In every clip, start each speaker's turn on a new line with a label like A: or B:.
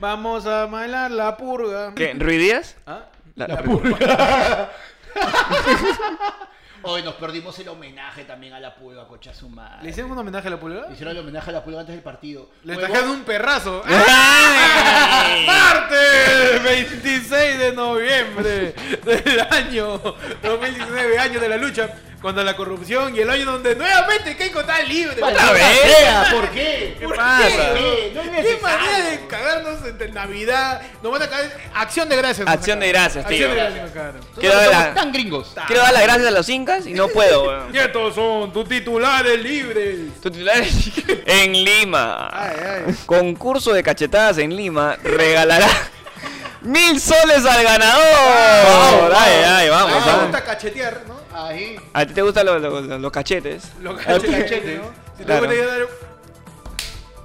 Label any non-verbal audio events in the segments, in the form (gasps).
A: Vamos a bailar la purga.
B: ¿Qué? ¿Ruiz Díaz?
A: ¿Ah?
B: La-
C: Hoy nos perdimos el homenaje también a la pulga, cocha su madre.
A: ¿Le hicieron un homenaje a la pulga?
C: Le hicieron el homenaje a la pulga antes del partido.
A: Le
C: Huevón,
A: trajeron un (laughs) perrazo.
B: ¡Ay!
A: ¡Martes! 26 de noviembre del año 2019, año de la lucha contra la corrupción y el año donde nuevamente Keiko está libre.
C: ¡Maldita
B: vez!
C: sea! ¿Por qué?
B: (laughs)
A: ¿Qué
C: ¿Por
A: pasa?
C: qué? No es
A: ¿Qué
C: necesario.
A: manera de cagarnos entre Navidad? Nos van a caer. Acción de gracias. nos
B: Acción de
A: sacaron.
B: gracias, tío.
A: Acción de gracias, nos sacaron.
B: Quiero
C: Nosotros
B: dar,
C: somos
B: la-
C: tan gringos.
B: (laughs) quiero dar las gracias a los incas y no puedo, weón.
A: (laughs) Y estos son tus titulares libres.
B: Tu titular es- en Lima.
A: Ay, ay.
B: Concurso de cachetadas en Lima regalará (laughs) mil soles al ganador.
C: Vamos,
B: ay,
C: vamos.
B: ay, vamos.
A: Me
B: ah.
A: gusta cachetear, ¿no?
C: Ahí.
B: A ti te gustan los, los- los cachetes.
A: Los
B: A ti-
A: cachetes, ¿no? Si te
B: Claro.
A: gusta dar.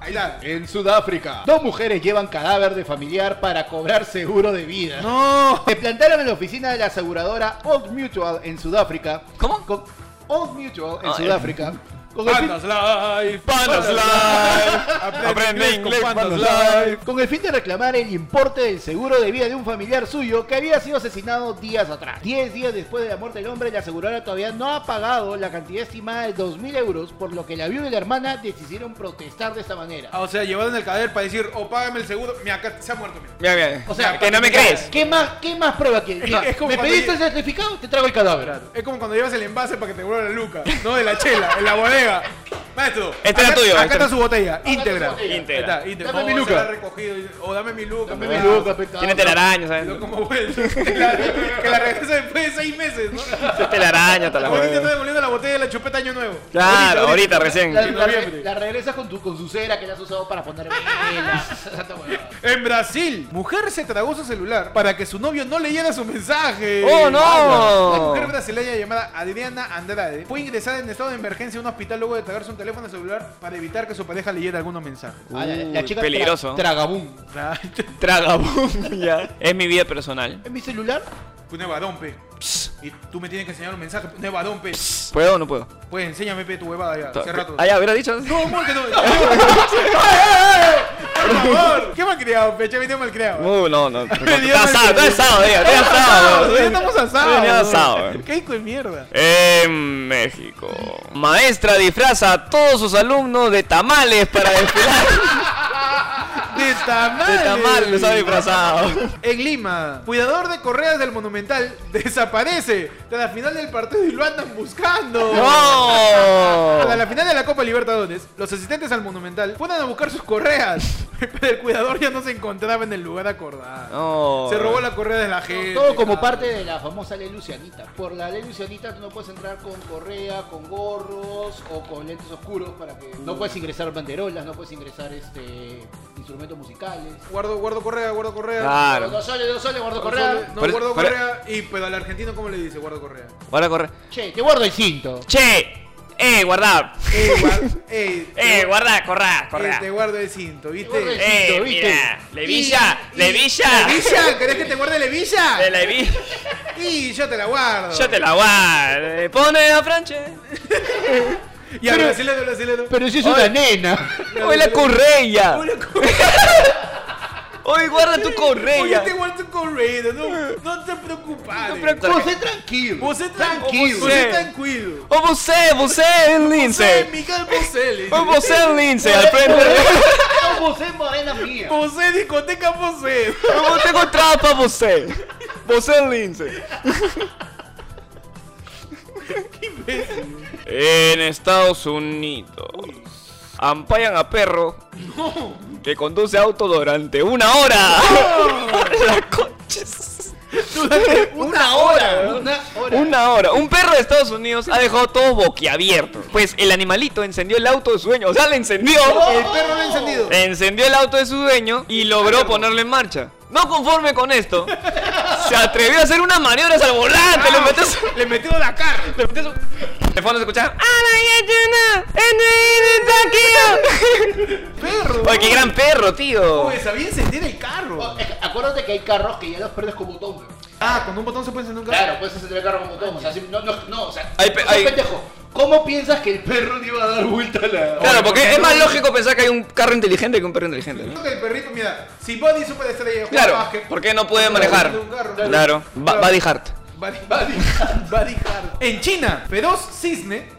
A: Ahí la.
C: En Sudáfrica, dos mujeres llevan cadáver de familiar para cobrar seguro de vida.
A: No.
C: Se plantaron en la oficina de la aseguradora Old Mutual en Sudáfrica.
B: ¿Cómo?
C: Con- Old Mutual en
B: Ah,
C: Sudáfrica. Con el, fin,
A: Pandas Life.
B: Pandas Life.
A: Aprende
B: Aprende
A: inglés con
B: inglés,
A: Pandas
B: Pandas
A: Live.
B: Live.
C: con el fin de reclamar el importe del seguro de vida de un familiar suyo que había sido asesinado días atrás. Diez días después de la muerte del hombre, la aseguradora todavía no ha pagado la cantidad estimada de 2.000 euros, por lo que la viuda y la hermana decidieron protestar de esta manera.
A: Ah, O sea, llevaron el cadáver para decir, o págame el seguro. Mira, acá se ha muerto. mira.
B: Mira, mira.
C: O sea,
B: Ah, que no me crees.
C: ¿Qué más, qué más prueba quieres? Mira,
A: es como
C: ¿Me
A: cuando
C: pediste el
A: llega-
C: certificado? Te traigo el cadáver.
A: Es como cuando llevas el envase para que te vuelva la luca, ¿no? De la chela, en la bodega. Maestro,
B: Este era
A: acá-
B: tuyo,
A: Acá
B: este
A: está
B: era-
A: su botella,
C: está
A: íntegra.
C: su
A: Ahí
C: botella.
A: está, íntegra.
C: Dame
A: No,
C: mi
A: se
C: luca.
A: la ha recogido y- O dame mi luca.
C: Dame
A: me
C: mi
A: da.
C: luca, pe,
B: Tiene
C: cabrón.
B: telaraña, ¿sabes?
A: Lo como vuelta. Que la- que la regresa después de seis meses, ¿no?
B: Tiene telaraña, te la
A: Ahorita está
B: juego.
A: devolviendo la botella de la chupeta año nuevo.
B: Claro, ahorita recién.
C: La,
A: En
C: la-
A: noviembre.
C: la regresas con, tu, con su cera que la has usado para poner
B: (laughs)
C: velas. Esa huevada.
A: En Brasil, mujer se tragó su celular para que su novio no leyera su mensaje.
B: ¡Oh, no!
A: Habla. La mujer brasileña llamada Adriana Andrade fue ingresada en estado de emergencia a un hospital luego de tragarse un teléfono celular para evitar que su pareja leyera algunos (laughs) mensajes.
C: Ah, la, la
B: Uy,
C: chica
B: Uh, peligroso.
C: tra- tragabum.
B: Tragabum, (laughs) ya. Es mi vida personal.
C: ¿En mi celular?
A: Pune varón, pues, pe. Y tú me tienes que enseñar un mensaje. Pune varón, pe.
B: ¿Puedo o no puedo?
A: Pues enséñame, pe, tu huevada ya. Hace rato.
B: Ah, ya, hubiera dicho.
A: No, (laughs) amor, que no. Por favor. Qué malcriado, pe. Che, video malcriado.
B: Uh, no,
A: (laughs)
B: no. Está
A: Venía
B: asado, está
A: mal-
B: asado, diga, está asado.
A: Estamos (laughs) asados, ya estamos asados.
B: Venía asado. eh.
A: Qué hijo de mierda.
B: En México. Maestra disfraza a todos sus alumnos de tamales para desfilar.
A: De tamales.
B: De tamales los ha
A: (laughs)
B: disfrazado.
A: En Lima, cuidador de correas del Monumental (laughs) desaparece tras la final del partido y lo andan buscando. Para
B: ¡No!
A: la final de la Copa Libertadores, los asistentes al Monumental fueron a buscar sus correas, (laughs) pero el cuidador ya no se encontraba en el lugar acordado.
B: No.
A: Se robó la correa de la gente.
C: Todo como
A: cabrón.
C: parte de la famosa ley Lucianita. Por la ley Lucianita tú no puedes entrar con correa, con gorros o con lentes oscuros para que... No puedes ingresar banderolas, no puedes ingresar este instrumentos musicales.
A: Guardo, guardo correa, guardo correa.
B: Claro.
C: Dos soles, dos soles, guardo
A: Guardo
C: correa.
A: sole- No,
B: Ah, Pero-
A: guardo
B: pero-
A: correa. Y pero al argentino, ¿cómo le dice guardo correa?
B: Ahora corre.
C: Che, te guardo el cinto.
B: Che, eh, guardá.
A: Eh, guar- eh,
B: (laughs) Eh,
A: te-
B: guardá, corrá,
A: eh,
B: corrá.
A: te guardo el cinto,
C: guardo el
A: ¿viste?
B: Eh,
C: cinto, ¿viste?
B: mira. Levilla,
A: Y- y-
B: levilla.
A: ¿Levilla? ¿Querés que te guarde levilla?
B: De la vi-
A: Y yo te la guardo.
B: Yo te la guardo. Pone a Franche.
A: Y al brasileño, al brasileño.
C: Pero si es una (laughs) nena.
B: Hoy la correa.
A: Hola, co-
B: Hoy guarda tu
A: Oye,
B: correa.
A: te guardo corrido, no, no te preocupes. No
C: José, tranquilo.
A: Você tranquilo.
C: Tranquilo.
A: Você
B: Sí.
A: tranquilo.
B: O Oh, você, você é
A: Você,
B: lince.
A: Miguel Bocelli.
B: O você é lince, al frente.
C: Morena, José Morena mía. (laughs)
A: Você, discoteca (laughs) você.
B: Eu Oh, vou ter contrato pra você. Você é lince. En Estados Unidos. Ampayan a perro que conduce auto durante una hora. La concha.
C: Una hora. Una hora.
B: Una hora. Un perro de Estados Unidos ha dejado todo boquiabierto. Pues el animalito encendió el auto de su dueño. O sea, le encendió.
A: El perro lo ha encendido.
B: Encendió el auto de su dueño y logró ponerlo en marcha. No conforme con esto, se atrevió a hacer unas maniobras al volante. Le metió su...
A: ah, Le metió la cara.
B: le metió su- De fondo se escuchaba... "Ah, "Ara, ya, ya, na, en el Itaquio".
A: (laughs) Perro.
B: Oye, qué gran perro, tío.
A: Oye, sabía encender el carro.
C: Es que Acuérdate que hay carros que ya los perdes con botón. güey.
A: Ah, con un botón se puede encender un carro.
C: pues Claro, puedes encender el carro con botón. O sea, si- no, no, no, o sea,
B: Hay pe-
C: no seas
B: hay-
C: pendejo. ¿Cómo piensas que el perro le iba a dar vuelta a la.?
B: Claro, porque es más lógico pensar que hay un carro inteligente que un perro inteligente, ¿no?
D: Creo que el perrito, mira, si Buddy superestrella juega
B: Claro,
D: básquet,
B: porque no puede
D: Claro,
B: manejar.
D: de un carro.
B: Claro, Ba- Buddy Hart.
D: Buddy, Buddy, Buddy (laughs) Hart. En China, feroz cisne.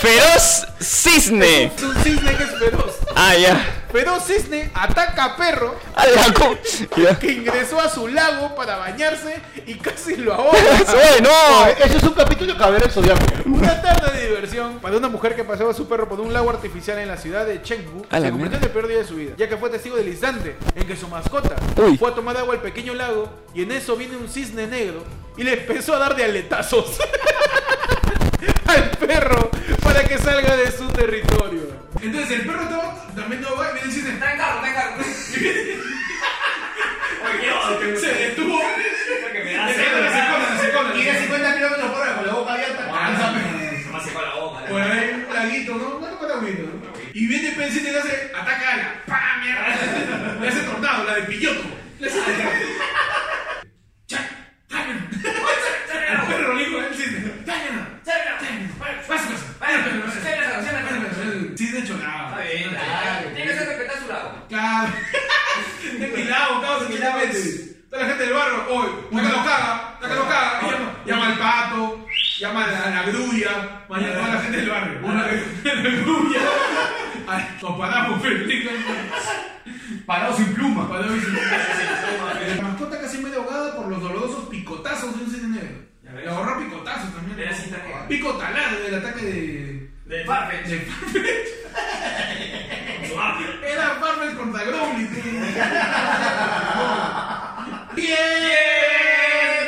B: Feroz
A: (laughs)
B: Cisne.
D: Es un cisne que es feroz.
B: Ah, ya.
D: Feroz cisne ataca a perro
B: Ah, (laughs) ya, ¿cómo? Ya.
D: que ingresó a su lago para bañarse y casi lo
B: (laughs)
D: ahoga.
B: Oye,
C: No,
B: no.
C: ese oh, eh, es un capítulo que habría el zodiaco.
D: Una tarde de diversión para una mujer que paseaba a su perro por un lago artificial en la ciudad de Chengdu
B: A la
D: se convirtió en el peor día de su vida, ya que fue testigo del instante en que su mascota
B: Uy.
D: fue a tomar agua al pequeño lago y en eso viene un cisne negro y le empezó a dar de aletazos (laughs) al perro para que salga de su territorio. Entonces el perro estaba- también no va y viene el cisne. "Está en carro, está en carro". (laughs) Se (laughs) detuvo. Se corre, se corre, se corre.
E: Tiene 50 kilómetros por hora con la boca abierta.
D: Ah,
F: Nomás se fue a la boca.
D: Por ahí un laguito, ¿no? No recuerdo bien, ¿no? Pues, Y viene Pensi y le hace ataca a la ¡Pam! Mierda. Le hace tornado, la de pilloto. Le hace ¡Chac! ¡Tágano! Al perro le dijo a él, sí. ¡Tágano! ¡Tágano! ¡Pasa, pasa! Sí, de hecho, nada.
F: Tienes que respetar su lado.
D: Claro. (laughs) En mi lado, cabrón, en mi lado, vente. Toda la gente del barrio, hoy, acá los caga, acá los caga. Y Llama, llama al pato, llama a la, a la grulla, mañana toda la gente del barrio. Una la grulla. (laughs) Ay, Nos paramos, Felipe. Parado sin pluma. Parado sin pluma. La mascota casi medio ahogada por los dolorosos picotazos de un cine negro. Le ahorró picotazos también.
F: Era cinta negra.
D: Picotalar del ataque de.
F: De Farfetch.
D: de era Marvel contra Growling.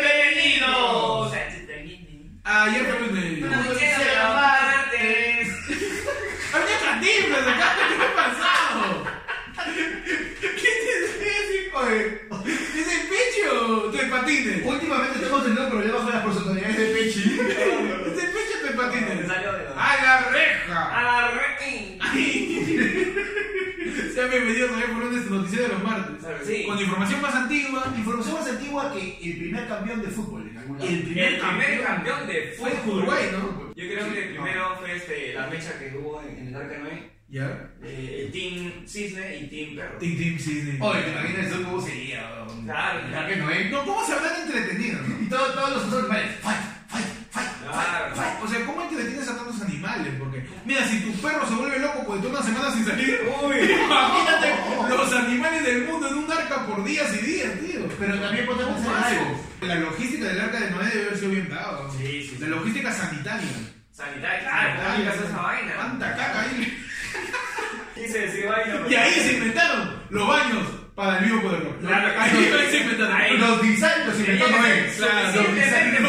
F: ¡Bienvenidos!
D: Ayer fue lunes.
F: Una noticia de los martes.
D: Había cantinflas acá. ¿Qué ha pasado? ¿Qué te hijo de...? Es el pecho de patines.
E: Últimamente estamos teniendo problemas con las personalidades de Pechi.
D: Es el pecho de patines.
F: Salió Ah. de la-
D: A la reja.
F: Arre-
D: Sean bienvenidos a ayer fue lunes, este noticiero de los martes.
F: Sí.
D: Con información más antigua.
E: Información más antigua que el primer campeón de fútbol en algún lado.
D: El
F: El
D: primer
F: primer
D: campeón.
F: campeón de
D: Fue en
F: fútbol.
D: Uruguay, ¿no?
F: Yo creo que primero fue este, la mecha que hubo en, en el Arca 9.
D: Ya.
F: eh, el Team Cisne y Team Perro.
D: Tim Tim Cisne.
E: Oye, ¿te imaginas eso cómo sería? weón?
F: Claro,
E: ¿Verdad que no es?
D: No, ¿cómo se habrán entretenido? no?
E: Y todo- todos los otros animales, fight, fight, fight,
F: Claro.
E: fight, fight.
D: O sea, ¿cómo entretienes a tantos animales? Porque, mira, si tu perro se vuelve loco porque toda una semana sin salir, imagínate los animales del mundo en un arca por días y días, tío.
E: Pero también podemos hacer algo.
D: La logística del arca de Noé debe haber sido bien dada. ¿no?
F: Sí, sí, sí.
D: La logística sanitaria. Ah,
F: Sanitario, claro, ¿cómo hay que hacer esa vaina?
D: Tanta caca ahí.
F: Quise decir vaina.
D: Y ahí se inventaron los baños para el vivo poder.
F: Claro,
D: ahí
F: sí.
D: se inventaron.
F: Ahí.
E: Los designs los inventó Noé.
D: Claro, los
F: Suficientemente
D: design-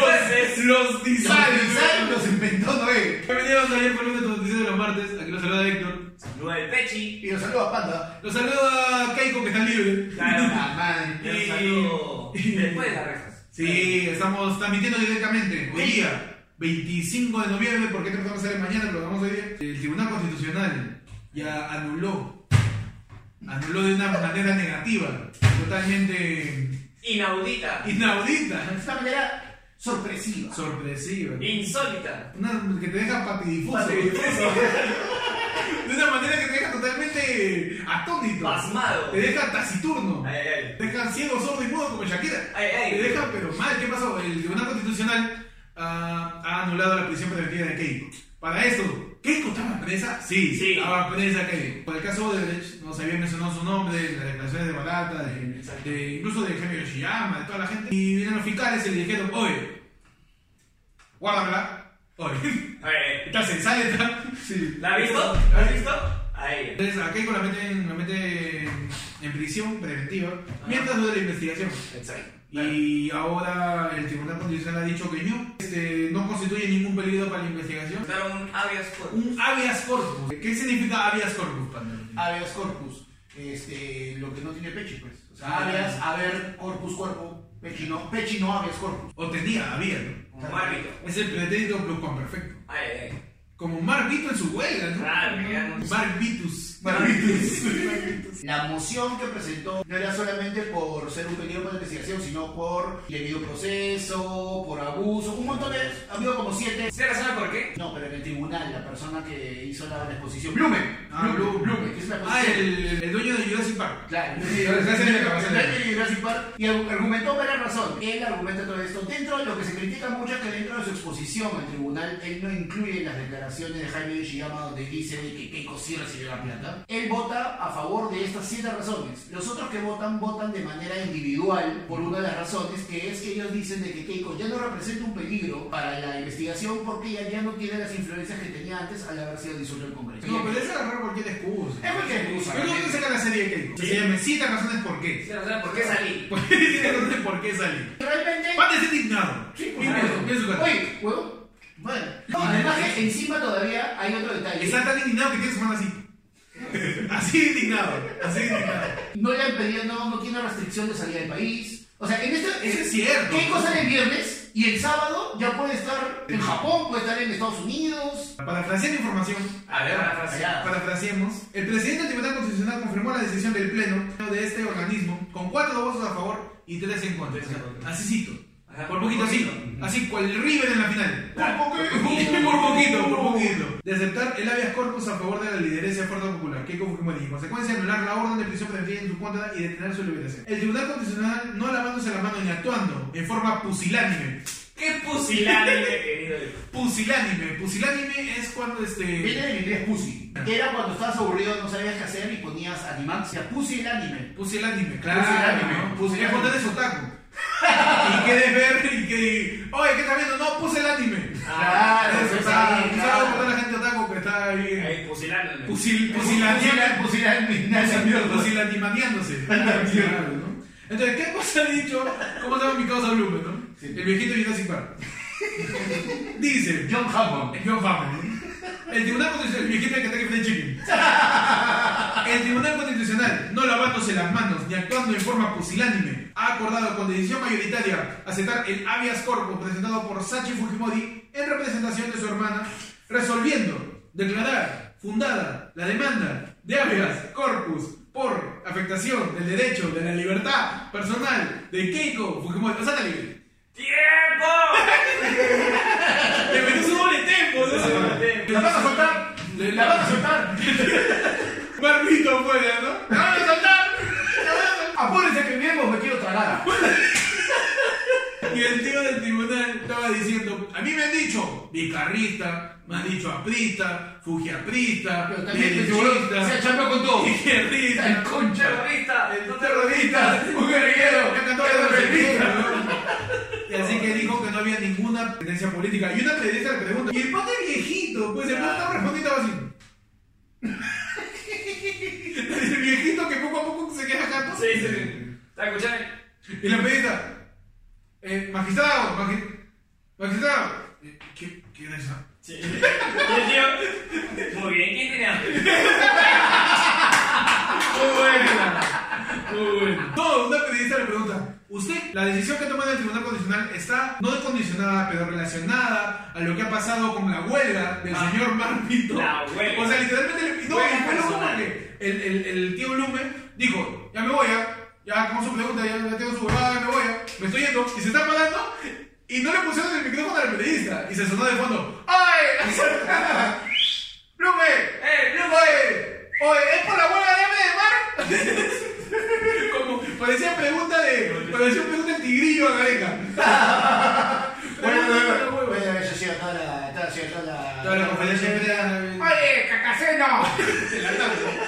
D: los,
F: jueces.
D: los
E: Los
D: design-
E: designs los inventó Noé.
D: Bienvenidos a ayer por lunes, noticias de los martes. Aquí los saluda Héctor.
F: Lua de Pechi.
E: Y los saludos a Panda.
D: Los saluda Keiko que está libre.
F: Claro.
E: Ah,
D: (laughs)
E: man.
F: Y un saludo después de las rejas.
D: Sí, estamos transmitiendo directamente. Hoy día, 25 de noviembre, porque esto vamos a hacer mañana, pero lo vamos hoy día. El Tribunal Constitucional ya anuló. Anuló de una manera negativa. Totalmente
F: Inaudita.
D: inaudita.
E: De esta manera sorpresiva.
D: Sorpresiva.
F: Insólita.
D: Una que te deja patidifuso. De una manera que te deja totalmente atónito.
F: Pasmado.
D: Te deja taciturno.
F: Ay, ay,
D: Te deja ciego, sordo y mudo como Shakira.
F: Ay, ay.
D: Te deja, pero mal, ¿qué pasó? El Tribunal Constitucional ah, ha anulado la prisión preventiva de Keiko. Para esto, ¿Keiko estaba presa? Sí,
F: Sí.
D: estaba presa Keiko. Por el caso Odebrecht, no se había mencionado su nombre, las declaraciones de Balata, de,
F: Exacto.
D: de- incluso de Jaime Yoshiyama, de toda la gente. Y vienen los fiscales y le dijeron, oye, guárdamela, oye, (laughs)
F: ay. Ay,
D: estás en sal, está-
F: ay. ¿La has visto? ¿La has visto? Ahí.
D: Entonces a Keiko la meten, la meten en prisión preventiva mientras dura la investigación.
F: Exacto.
D: Y ahora el Tribunal Constitucional ha dicho que no, este, no constituye ningún peligro para la investigación.
F: Daron un habeas corpus.
D: Un habeas corpus. ¿Qué significa habeas corpus, Panda?
E: Habeas corpus. Este, lo que no tiene pechi, pues. O sea,
D: Ah,
E: habeas,
D: ya.
E: haber, corpus, cuerpo. Pechi no, pechi no, habeas corpus.
D: O tenía, había. ¿no?
F: Como árbitro.
D: Es el pretérito pluscuamperfecto.
F: Ay, ay.
D: Como Marvito en su huelga, ¿no? Pues,
F: Claro, que ya no-
D: Marvitus.
F: Marvitus.
E: La moción que presentó no era solamente por ser un peligro para la investigación, sino por debido proceso, por abuso, un montón de... Ha habido como siete...
F: ¿Sí la sabe por qué?
E: No, pero en el tribunal, la persona que hizo la, la exposición... ¡Blumen!
D: Ah,
E: Blumen,
D: Blumen.
E: que es la
D: Ah,
E: exposición.
D: el, el dueño de Jurassic Park.
E: Claro,
D: Sí, gracias, señor, gracias, señor.
E: y Jurassic Park, y argumentó varias razones. Él argumenta todo esto. Dentro de lo que se critica mucho es que dentro de su exposición al tribunal, él no incluye las declaraciones de Jaime Yoshiyama donde dice de que Keiko sí recibió la plata. Él vota a favor de estas siete razones. Los otros que votan, votan de manera individual por una de las razones, que es que ellos dicen de que Keiko ya no representa un peligro para la investigación porque ella ya no tiene las influencias que tenía antes al haber sido disuelto el Congreso.
D: No, pero es agarrar cualquier excusa.
E: Es cualquier excusa,
D: Yo creo que saca la serie de Keiko. Se llama Siete razones por qué.
F: ¿Sí la sabe por qué salí?
D: Pues, (laughs) Siete razones por qué salir.
E: Realmente...
D: Pate está indignado.
E: Sí, pues,
D: Bien,
E: claro.
D: bien, su cara.
E: Oye, huevón. Bueno. No, además que encima todavía hay otro detalle.
D: Está tan indignado que tiene su mano así. (laughs) Así de indignado. Así de indignado.
E: No le han pedido, no, no tiene restricción de salida del país. O sea, en este.
D: Eso es cierto.
E: ¿Qué cosa el viernes? Y el sábado ya puede estar en Japón, puede estar en Estados Unidos.
D: Parafrasear información.
F: A ver, la frase.
E: Allá.
D: Parafraseemos, el presidente del Tribunal Constitucional confirmó la decisión del Pleno de este organismo con cuatro votos a favor y tres en contra.
F: Tres en contra.
D: Así cito.
F: Ajá,
D: Por poquito, así.
F: poquito.
D: Así, cual el River en la final.
F: Claro.
D: (laughs)
F: (laughs)
D: Por poquito, por poquito. De aceptar el habeas corpus a favor de la liderencia de Fuerza Popular, que confirmó y en consecuencia anular la orden de prisión preventiva en su contra y detener su liberación. El Tribunal Constitucional, no lavándose la mano ni actuando en forma pusilánime.
F: ¡Qué pusilánime, querido!
D: Pusilánime. Pusilánime es cuando
E: Viene
D: este.
E: del inglés pussy. Era cuando estabas aburrido, no sabías qué hacer y ponías animancia. Pussy el anime.
D: Pusilánime, claro.
E: Pusilánime,
D: ¿no?
E: pusilánime.
D: Es cuando eres otaku. (laughs) y quieres ver y que. Oye, ¿qué estás viendo? No, puse el anime.
E: Claro,
D: Eso
E: pues,
D: está.
E: ahí,
D: un
E: claro.
D: saludo para toda la gente otaku que está ahí.
F: Ahí, pusilánime.
D: Pusil,
E: Pusilánime,
D: pusilánime.
E: pusilánime, esa mierda. (laughs)
D: Pusilanimaneándose. Claro, ¿no? Entonces, ¿qué cosa ha dicho? ¿Cómo se llama mi causa Blumen, no?
E: Sí.
D: El viejito Jurassic
E: (laughs)
D: Park. Dice.
E: John Hammond.
D: Yo Family. El Tribunal Constitucional, el viejito que está que Fried Chicken. El Tribunal Constitucional, no lavándose las manos ni actuando en forma pusilánime, ha acordado con decisión mayoritaria aceptar el habeas corpus presentado por Sachi Fujimori en representación de su hermana, resolviendo declarar fundada la demanda de habeas corpus por afectación del derecho de la libertad personal de Keiko Fujimori. O sea, está libre.
F: ¡Tiempo!
D: Le metes un doble tempo, ¿no?
E: La vas a soltar.
D: Le-
E: La vas a soltar.
D: (laughs) Barbito afuera, ¿no?
E: ¡La van a soltar! Apúrense que viemos, me quiero tragar.
D: Y el tío del tribunal estaba diciendo, a mí me han dicho vicarrista, me han dicho aprista, fujiaprista,
E: Pero también este tiburón se ha
D: derechista,
E: chambeado con todo. (laughs)
D: izquierdista,
E: concha de la vida.
F: ¡Terrorista!
D: el terrorista, un guerrillero, un cantor de revista, ¿no? Y así que dijo que no había ninguna tendencia política. Y una periodista le pregunta, ¿y el padre viejito? Pues el padre estaba respondiendo así. (laughs) El viejito que poco a poco se queda acá.
F: Sí, sí, sí. ¿Está escuchando?
D: Y la periodista, eh, magistrado, magi- magistrado, eh, ¿qué- ¿quién es esa?
F: Sí. (laughs) Y el tío, Muy bien, ¿quién tiene hambre?
D: (laughs) Muy buena, muy buena. No, una periodista le pregunta, ¿usted la decisión que toma el Tribunal Constitucional está no condicionada, pero relacionada a lo que ha pasado con la huelga del
F: Ah,
D: señor Marpito?
F: la huelga.
D: O sea, literalmente le pidió,
F: Huelga
D: pero como
F: personal.
D: que el, el, el tío Blumen dijo, ya me voy, ya, ya como su pregunta, ya, ya tengo su huevada, me voy, ya, me estoy yendo, y se está parando. Y no le pusieron el micrófono al periodista. Y se sonó de fondo. ¡Ay! (laughs) ¡Blumen!
F: ¡Eh, Blue Boy!
D: Oye, oye, ¿es por la huelga de hambre de mar? Como parecía pregunta de. Parecía pregunta de tigrillo a Gareca.
E: (laughs) Bueno, bueno,
D: Huelga.
E: bueno, bueno, eso sí, toda la. Toda, sí, toda la.
D: Toda la conferencia de prensa.
E: ¡Oye,
D: (laughs)
E: cacaceno!
D: Se la tapa.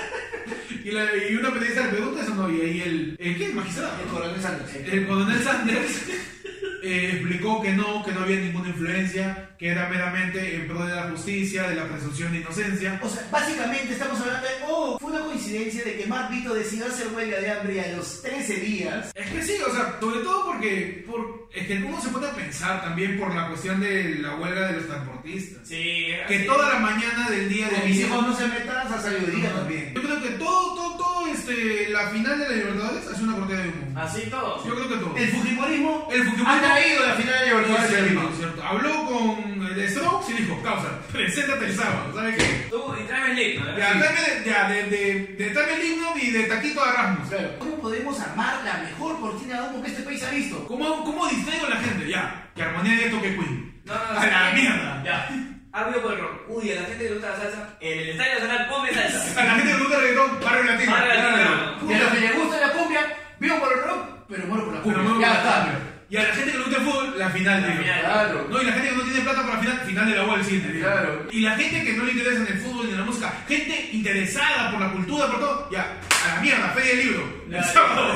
D: Y, la- y una periodista le pregunta eso, ¿no? Y ahí el. ¿El qué? ¿El magistrado?
E: El coronel Sanders.
D: El coronel Sanders (laughs) eh, explicó que no, que no había ninguna influencia, que era meramente en pro de la justicia, de la presunción de inocencia.
E: O sea, básicamente estamos hablando de. ¡Oh! Fue una coincidencia de que Mark Vito decidió hacer huelga de hambre a los 13 días.
D: Es que sí, o sea, sobre todo porque por, es que uno se puede pensar también por la cuestión de la huelga de los transportistas.
F: Sí,
D: Que
F: así.
D: toda la mañana del día de
E: Con mis hijos no se metan hasta el día también.
D: Yo creo que todo, todo, todo este, la final de la Libertadores hace una cortada de humo.
F: Así todos.
D: Yo creo que todo.
E: El fujimorismo
D: El Fujimori
E: ha traído la final de Libertadores
D: Sí,
E: de
D: cierto, cierto. Habló con el Strokes y dijo, causa, preséntate el sábado, ¿sabes qué?
F: Tú y tráeme el himno. ¿eh?
D: Ya, dame, ya, de, de, de dame el himno y de taquito a Rasmus.
E: ¿Cómo podemos armar la mejor cortina de humo que este país ha visto?
D: ¿Cómo, cómo distraigo a la gente? Ya, que armonía de esto que Queen.
F: No, no, no.
D: a la mierda.
F: Ya. Árbitro por el rock. Uy, a la gente le gusta la salsa. En el Estadio Nacional, ponme salsa.
D: A la gente que le gusta el reggaetón, barrio latino.
F: Barrio latino.
D: Claro.
E: Y a los que les gusta la cumbia, vivo por el rock, pero muero por la
D: Pero
E: cumbia.
D: no,
E: ya
D: no,
E: está.
D: no. Y a la gente que le gusta el fútbol, la final.
F: La
D: digo.
F: final.
E: Claro.
D: No, y la gente que no tiene plata para final, final de la UAL siguiente. digo.
E: Claro.
D: Y la gente que no le interesa en el fútbol ni en la música, gente interesada por la cultura, por todo, ya, a la mierda, feria del libro. El
F: Claro.
D: (laughs) sábado.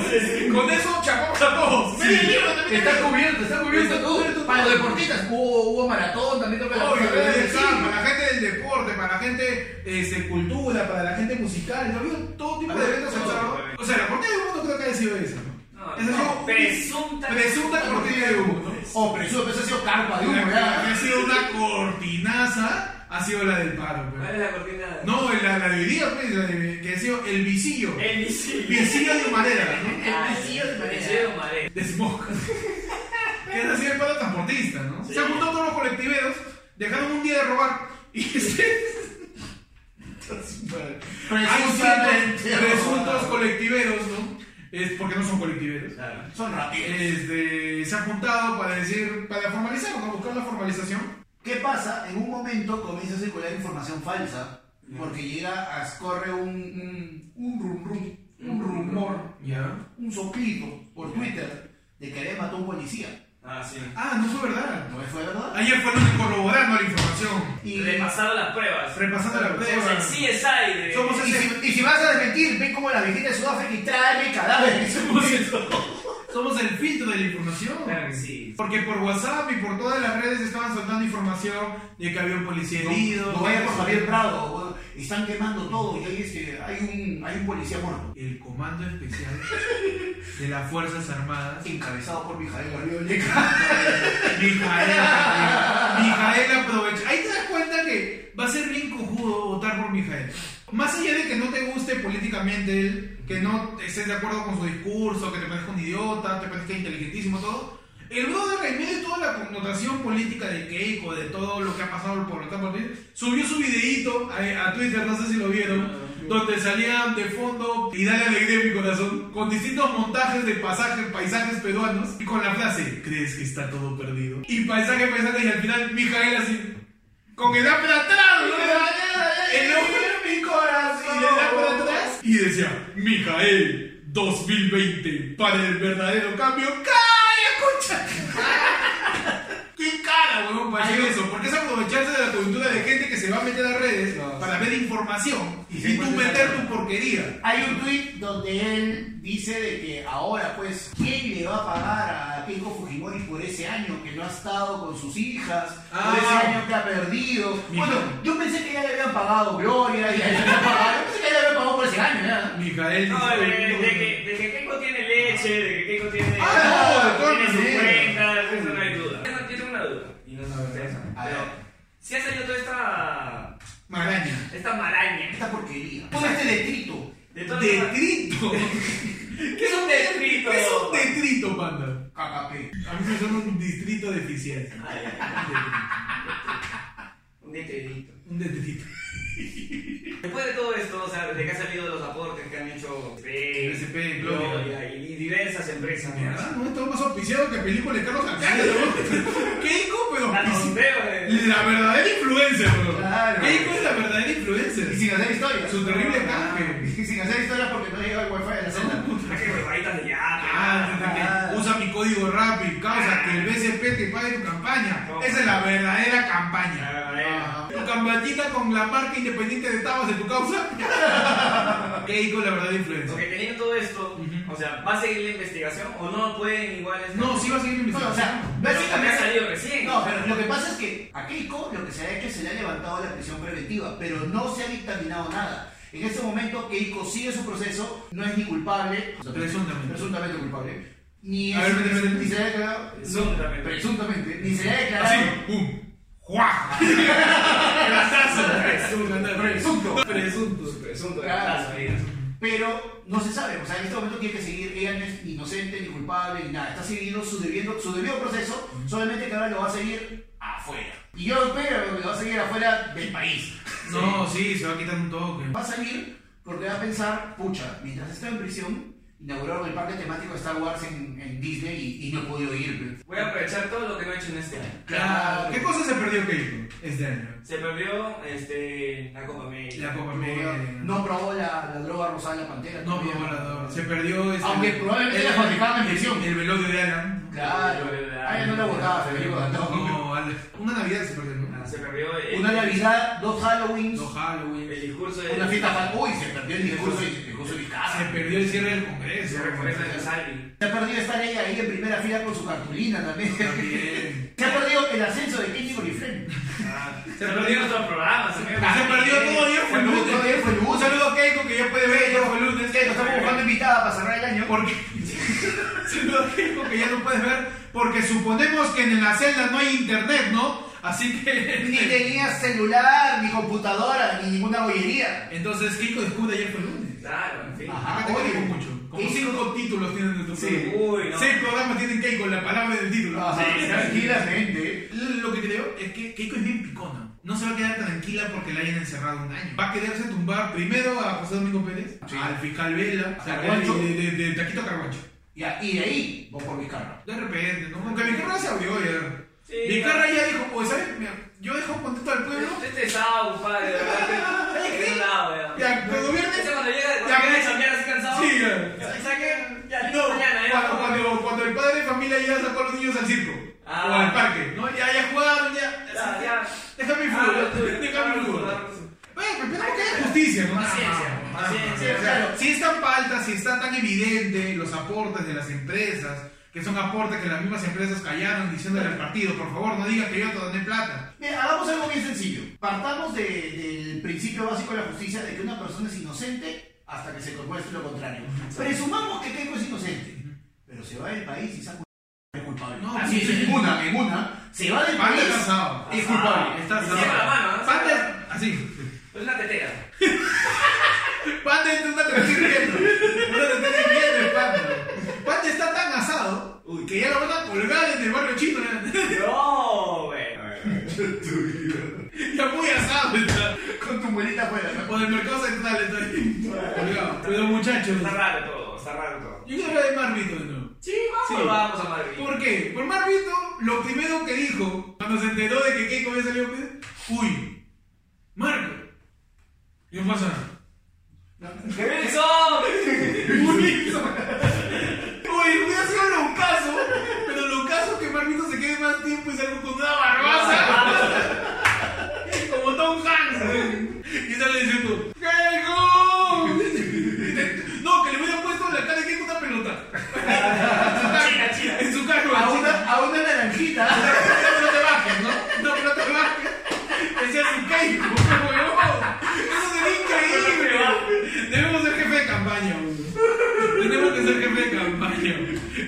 D: Con eso, chapó a todos. Feria del libro también.
E: Está cubierto, está cubierto
D: Está
E: todo.
D: cubierto
E: Para
D: todo.
E: los deportistas, hubo, hubo maratón, también toca la
D: Obvio,
E: carrera de
D: desde
E: cine.
D: acá, para la gente del deporte, para la gente este, cultura, para la gente musical, ¿no? Había todo tipo de
E: Había
D: eventos el
E: todo,
D: sábado.
F: obviamente.
D: O sea, la cortina de humo no creo que haya sido esa,
F: No,
D: ¿no? Esa ha sido
F: no, presunta.
D: presunta cortina de humo, ¿no?
E: Oh, pero eso eso ha sido carpa de humo,
D: La que ha
E: ya.
D: sido una cortinaza ha sido la del paro,
F: ¿Cuál es
D: pues.
F: la cortina?
D: No, la, la de hoy día, pues, la de- que ha sido el visillo.
F: El misil.
D: Visillo de humareda, ¿no?
F: Ah,
E: El visillo de
F: El
E: Marea.
F: visillo de Marea.
D: De smog.
F: (laughs)
D: que es así el paro transportista, ¿no?
F: Sí.
D: Se han juntado todos los colectiveros, dejaron un día de robar y
F: (laughs)
D: se... Hay
E: Presuntamente
D: ciertos presuntos
E: robados.
D: colectiveros, ¿no? Es porque no son colectiveros.
F: Claro.
E: Son rateros.
D: Este, se han juntado para decir, para formalizar, para buscar la formalización.
E: ¿Qué pasa? En un momento comienza a circular información falsa, porque llega, a, corre un, un, un rum rum, un rumor,
D: Ya.
E: un soplito por Twitter de que había matado a un policía.
F: Ah, sí.
D: Ah, no fue verdad.
E: ¿No fue verdad?
D: Ayer fueron corroborando la información,
E: Y,
F: Repasado las pruebas.
D: repasando la
F: Somos el
D: prueba.
F: CSI de...
D: Somos
E: y si, y si vas a desmentir, ven como la viejita de Sudáfrica y tráeme cadáveres.
D: Somos el filtro de la información.
F: Claro que sí.
D: Porque por WhatsApp y por todas las redes estaban soltando información de que había un policía herido.
E: No, no vaya por Javier Prado, weón. están quemando todo y hay, este, hay, un, hay un policía muerto.
D: El comando especial de las Fuerzas Armadas.
E: Encabezado por Mijael Garrido Leca.
D: Mijael, Mijael aprovecha. Ahí te das cuenta que va a ser bien cojudo votar por Mijael. Más allá de que no te guste políticamente él, que no estés de acuerdo con su discurso, que te parezca un idiota, te parezca inteligentísimo, todo. El brother, en medio de toda la connotación política de Keiko, de todo lo que ha pasado por el campo, subió su videíto a, a Twitter, no sé si lo vieron, donde salían de fondo y dale alegría a mi corazón, con distintos montajes de pasajes, paisajes peruanos, y con la frase, ¿crees que está todo perdido? Y paisaje, paisaje, y al final Mijael así, con el da para atrás, ¿no? el hombre
E: mi
D: y le da para atrás y decía, Mijael, 2020, para el verdadero cambio, ¡calla, concha! ¡Qué cara, huevón, para hacer eso! Porque es aprovecharse de la coyuntura de gente que se va a meter a redes
E: No.
D: para ver información
E: Y
D: y,
E: se
D: tú
E: encuentra
D: meter
E: la-
D: tu porquería.
E: Hay un tweet donde él dice de que ahora pues, ¿quién le va a pagar a Keiko Fujimori por ese año que no ha estado con sus hijas?
D: Ah.
E: Por ese año que ha perdido.
D: Mi
E: Bueno,
D: hijo.
E: yo pensé que ya le habían pagado Gloria, y ya le habían pagado. Yo pensé que ya le habían pagado por ese año, ya.
D: Mijael,
F: No, de, de,
D: disculpa.
F: que, de que Keiko tiene leche, de que Keiko tiene.
D: Ah, no, de todas
F: tiene su
D: maneras.
F: cuenta, de eso no hay duda. Yo, no- yo tengo una duda, y no se interesa.
E: A
F: Pero,
E: ver.
F: si ha salido toda esta.
D: Maraña.
F: esta maraña.
E: Esta porquería. Todo este detrito.
F: De todas las-
D: Detrito.
F: ¿Qué es un detrito?
D: ¿Qué es un detrito, panda?
E: Cacapé.
D: A mí me suena un distrito de eficiencia.
F: Ay, ay, Un detrito.
D: Un detrito.
F: Después de todo esto, o sea, desde que han salido los aportes que han hecho SP,
D: SP,
F: Gloria y diversas empresas,
D: Mierda,
F: ¿no?
D: no, esto es más auspiciado que película de Carlos Alcántara, ¿no? Keiko, pero
F: Ah, no,
D: auspici-
F: veo, eh.
D: la verdadera influencer, bro.
E: Claro.
D: Keiko es la verdadera influencer.
E: Y sin hacer historia.
D: Su terrible canje.
E: Sin hacer historia porque no llega el wifi de la
D: (laughs)
E: celda.
F: Ah, qué huevaditas de ya,
D: Ah,
E: Ah.
D: usa mi código rápido, causa que el BCP te pague tu campaña.
F: No.
D: Esa es la verdadera
F: que-
D: campaña.
F: Ah, bueno.
D: Tu campañita con la marca independiente de Tabas de tu
E: (laughs)
D: causa. Keiko es la verdadera influencer.
F: Porque ah. teniendo todo esto,
D: Ujú.
F: o sea, ¿va a seguir la investigación o no pueden igual estar-
D: No, sí va a seguir
E: No, o
D: investigando.
E: sea,
F: Pero porque ha
E: básicamente.
F: salido recién.
E: No, pero lo que pasa es que a Keiko lo que se ha hecho es se le ha levantado la prisión preventiva, pero no se ha dictaminado nada. En este momento Keiko sigue su proceso, no es ni culpable,
D: Presuntamente.
E: presuntamente culpable, ni,
D: A
E: es-
D: ver, vete, vete.
E: ni se ha declarado,
F: Presuntamente.
E: presuntamente, ni se le ha
D: Así,
E: declarado,
D: ¡pum!
E: (laughs)
D: ¡Juá!
F: Presunto, presunto.
D: Presunto. Presunto.
F: Presunto,
E: Claro.
F: claro.
E: Pero no se sabe, o sea, en este momento tiene que seguir, ella no es ni inocente, ni culpable, ni nada. Está siguiendo su, debiendo, su debido proceso, solamente que ahora lo va a seguir afuera. Y yo espero que lo va a seguir afuera del país.
D: No, sí, se va a quitar un toque.
E: Va a salir porque va a pensar, pucha, mientras estaba en prisión, inauguraron el parque temático de Star Wars en, en Disney y, y no he podido ir.
F: Voy a aprovechar todo lo que no he hecho en este año.
D: Claro. ¿Qué cosa se perdió Keiko este año?
F: Se perdió este, la Copa América.
D: La Copa América.
E: Pero No probó la, la droga rosada de la pantera.
D: No,
E: todavía.
D: pero volador. Se perdió este.
E: Aunque probablemente la fabricaban en prisión.
D: El velorio de Alan.
E: Claro, a ella no la votaba, se le no.
D: No, Alex. Una Navidad se perdió. ¿no?
F: Ah, Se perdió el,
E: Una Navidad, dos Halloweens,
D: No, Halloween.
F: el discurso de.
E: una fiesta fan. Uy, se perdió el discurso y se discurso de
D: Se
E: casa.
D: perdió el cierre del Congreso.
F: Se refuerza de Salvi.
E: Se ha perdido estar ella ahí en primera fila con su cartulina también.
D: También.
E: (laughs) Se ha perdido el ascenso de Kenny Gorifren.
F: ah. Se perdió nuestro programa. Se
D: Ah, Se perdió todo ayer fue el
E: Fue el
D: lunes.
E: lunes, ayer fue el lunes.
D: Un saludo a Keiko que ya puede ver, ya fue el lunes.
E: Nos estamos buscando invitada para cerrar el año.
D: (laughs) Porque. Un saludo a Keiko que ya no puedes ver. Porque suponemos que en la celda no hay internet, ¿no? Así
E: Ni
D: que.
E: tenía celular, ni computadora, ni ninguna bollería.
D: Entonces Keiko descubre ayer fue el lunes.
F: Claro, en fin.
E: Ajá.
D: Acá te
E: oye.
D: queremos mucho. Como
E: Keiko.
D: cinco títulos tienen en tu
F: (laughs) Sí,
D: programa.
F: uy, no.
D: Seis programas tienen Keiko, la palabra del título.
E: Ajá,
D: Sí, sí.
E: Tranquilamente.
D: Lo que creo es que Keiko es bien picona. No se va a quedar tranquila porque la hayan encerrado un año. Va a quererse tumbar primero a José Domingo Pérez,
E: Sí.
D: al fiscal Vela,
E: A
D: o sea,
E: Carguancho.
D: de, de- de Taquito Carguancho.
E: Ya, y de ahí, vos por Vizcarra.
D: De repente, ¿no? Aunque Vizcarra se abrió ya.
F: Sí,
D: Vizcarra ya dijo, oye, ¿sabes? Mira, yo dejo contento al pueblo.
F: Usted te sabe, Este compadre, de verdad. que- de un lado,
D: Ya, pero viernes-
F: Ese cuando llega,
D: Ya,
F: cuando llega de
D: que-
F: chambear así cansado.
D: Sí, ya.
F: Y saque, ya, listo,
D: No,
F: mañana, ya.
D: cuando, cuando- cuando el padre de familia ya sacó a los niños al circo
F: Ah.
D: o al parque, ¿no? Ya, ya jugaron, ya.
F: Ya, ya.
D: Déjame el
F: Ah,
D: fútbol,
F: tú,
D: déjame el
F: tú,
D: fútbol.
F: tú, tú.
D: Bueno, pues, pero esperamos que haya justicia, ¿no?
F: Paciencia,
D: Ah,
F: paciencia.
D: o sea, si es tan falta, si está tan evidente los aportes de las empresas, que son aportes que las mismas empresas callaron diciéndole al partido, por favor, no digas que yo te doné plata.
E: Mira, hagamos algo bien sencillo. Partamos de- del principio básico de la justicia de que una persona es inocente hasta que se demuestre lo contrario. Presumamos que Keiko es inocente, pero se va del país y saca un culpable.
D: No,
E: Así
D: sí.
E: es, ninguna, ninguna. Se va del
F: Ah,
D: Panda
E: país.
D: está asado.
E: Es culpable.
D: Está asado.
F: Lleva la mano, ¿no?
D: Panda, así.
F: Es una tetera.
D: (laughs) Panda es una te estoy riendo. Una te estoy riendo, el Panda. Panda está tan asado que ya lo van a colgar en el barrio chino. Ya,
F: No, güey.
D: ya muy asado está.
E: Con tu muelita afuera. ¿no?
D: Por el mercado central está ahí. Colgado. Pero muchachos,
F: Está raro todo, está raro todo.
D: yo quiero hablar de Marvito de nuevo.
F: Sí, vamos.
D: Sí.
F: Vamos a Madrid.
D: ¿Por qué? Por Marvito, lo primero que dijo cuando se enteró de que Keiko había salido, uy, Marco, y no pasa nada.
F: ¡Qué bien son!
D: Buenísimo. Oye, hubiera sido lo caso, pero lo caso que Marmito se quede más tiempo y salga con una barbaza. Como Tom Hanks. ¿eh? Y sale diciendo, (laughs) ¡Keiko! No, que le hubiera puesto la cara de Keiko una pelota.
F: China, china.
D: En su carro.
E: A
D: así.
E: una, a una naranjita.
D: (laughs) No te bajes, ¿no? No, pero no te bajes. Decía su Keiko, huevón. (laughs) Eso sería increíble. Debemos ser jefe de campaña, huevón. Tenemos que ser jefe de campaña.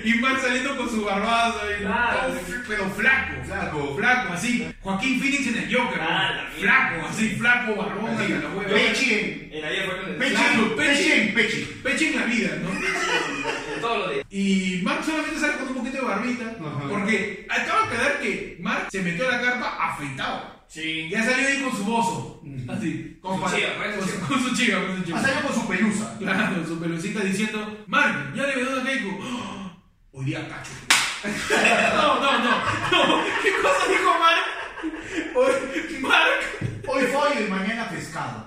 D: Y Mark saliendo con su barbazo, y-
F: Claro.
D: pero flaco.
E: Flaco.
D: Flaco, así. Joaquín Phoenix en el Joker.
F: Ah,
D: huevón.
F: la
D: flaco, así, flaco, barbón, y la hueva.
E: Pechi.
F: El ayer fue con el.
D: Claro,
E: Pechi.
D: Pechi.
E: Pechi. Pechi.
D: Peche en la vida, ¿no?
F: Todos los días.
D: Y Mark solamente sale con un poquito de barbita.
E: Ajá.
D: Porque acaba de quedar que Mark se metió a la carpa afeitado.
F: Sí.
D: Ya salió ahí con su bozo. Así. Con
F: Su
D: pa-
F: chiva, pues,
D: con
F: su
D: su-
F: chiva.
D: con su chiva, con su
E: Ha
D: chiva.
E: salido con su pelusa.
D: Claro, su pelucita diciendo, Mark, ya le veo a Keiko. (gasps) ¡Ah! Hoy día cacho. (laughs) no, no, no, no. ¿Qué cosa dijo Mark? Hoy, Mark.
E: Hoy pollo y mañana pescado.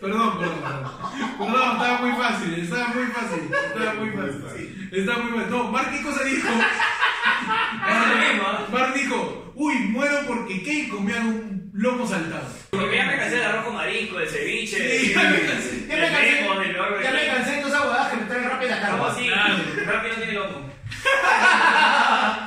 D: Perdón, perdón, perdón. Perdón, estaba muy fácil, estaba muy fácil, estaba muy fácil. Estaba muy fácil. No, Mark, ¿qué cosa dijo?
F: Es lo mismo, ¿ah?
D: Mark dijo, uy, muero porque Keiko me haga un lomo saltado.
F: Porque ya me cansé del arroz con marisco, del ceviche.
D: Sí,
F: del-
D: ya me cansé.
E: Ya me
F: del lombo, del lombo.
E: cansé, ya me cansé de todas esas huevadas que me traen rápido la
F: ¿Cómo
E: carpa.
F: así?
D: Claro.
F: Rápido tiene lomo.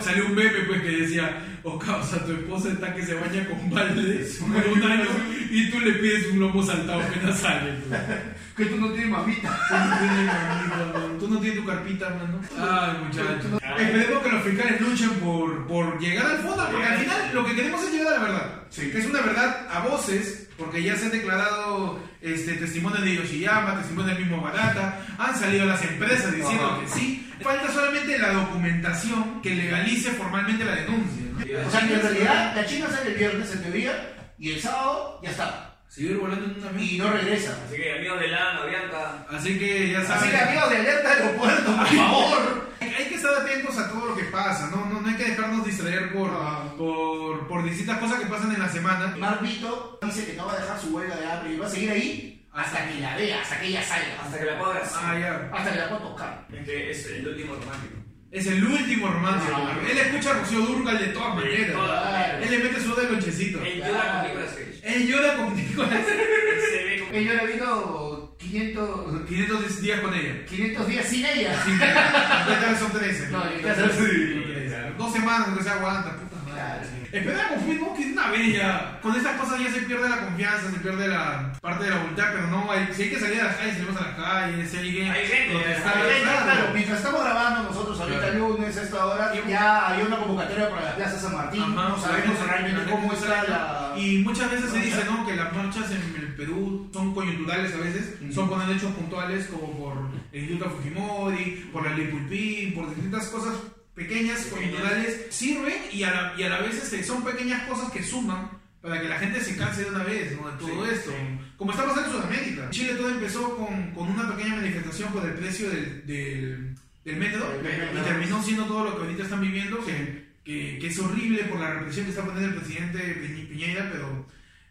D: Salió un meme pues que decía, o causa, tu esposa está que se baña con balde por un año y tú le pides un lomo saltado apenas sale. pues.
E: (laughs) Que tú no tienes mamita.
D: Tú no tienes mamita, mano. Tú no tienes tu carpita, mano. Ay, muchachos. Esperemos que los fiscales luchen por, por llegar al fondo, porque al final lo que queremos es llegar a la verdad.
E: Sí.
D: Que es una verdad a voces, porque ya se ha declarado este, testimonio de Yoshiyama, testimonio del mismo Barata, han salido las empresas diciendo
F: Ajá.
D: que sí. Falta solamente la documentación que legalice formalmente la denuncia. ¿no?
F: Ah, Sí,
E: O sea que en realidad la China sale el viernes en teoría y el sábado ya está.
D: Seguir volando en un
E: Y
D: avión.
E: no regresa.
F: Así que amigos de Lano, Bianca.
D: Así que ya saben.
E: Así que amigos de alerta aeropuerto, por favor.
D: Hay que estar atentos a todo lo que pasa, no, no, no hay que dejarnos distraer por,
E: Ah.
D: por, por distintas cosas que pasan en la semana.
E: Marvito dice que no va a dejar su huelga de hambre y va a seguir ahí hasta que la vea, hasta que ella salga,
F: Hasta que la cobras.
D: Ah, ya.
E: hasta que la pueda tocar.
F: Es que es el último romántico.
D: Es el último romance.
E: Ah.
D: Él escucha a Rocío Durcal de todas maneras.
E: Claro.
D: Él le mete su de lonchecito.
F: Él llora con Nicolas
E: (laughs)
F: Cage.
D: Él llora contigo
F: Él se ve como.
E: Ella ahora vino 500,
D: 500 días con ella.
E: 500 días sin ella.
D: Sí, ¿Qué tal son 13?
E: No,
D: ¿Qué
E: yo-
D: tal son
E: sí,
D: 13? Dos semanas que se aguanta, puta madre.
E: Claro.
D: Espera con Facebook que es una bella. Con estas cosas ya se pierde la confianza, se pierde la parte de la voluntad, pero no, hay, si hay que salir a las calles, salimos a las calles, si hay que
F: Hay gente,
D: protestar,
F: hay gente,
D: claro.
E: Claro, mientras estamos grabando nosotros ahorita
D: Claro.
E: lunes a esta hora,
D: Y-
E: ya había una convocatoria para la Plaza San Martín,
D: Ajá,
E: no sabemos
D: la gente- la
E: realmente
D: gente
E: cómo
D: no
E: está
D: sabe.
E: la...
D: Y muchas veces se dice, ¿no? Que las marchas en el Perú son coyunturales a veces, son con hechos puntuales como por el Instituto Fujimori, por la ley Pulpín, por distintas cosas pequeñas, coyunturales, sirven y a la, y a la vez este, son pequeñas cosas que suman para que la gente se canse de una vez, ¿no? De todo
F: Sí,
D: esto. Como está pasando en Sudamérica. Chile todo empezó con, con una pequeña manifestación por el precio del, del, del método
E: Del método.
D: y terminó siendo todo lo que ahorita están viviendo, que, que, que es horrible por la represión que está poniendo el presidente Piñ- Piñera, pero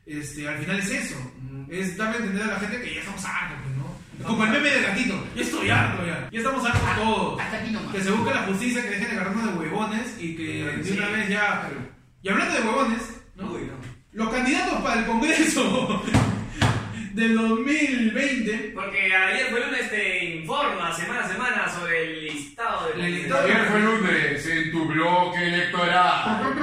D: este, al final es eso. mm, Es darle a entender a la gente que ya estamos hartos, pues, ¿no? Como el meme del gatito, ya estoy harto ya, ya estamos hartos todos.
E: Hasta aquí nomás.
D: Que se busque la justicia, que dejen de agarrarnos de huevones y que de una
F: Sí.
D: vez ya... Y hablando de huevones, ¿no?
F: Uy, no.
D: Los candidatos para el Congreso (laughs) del 2020.
F: Porque ayer fue lunes te informa semana a semana sobre el listado de
D: El listado.
G: Ayer fue lunes en tu bloque electoral.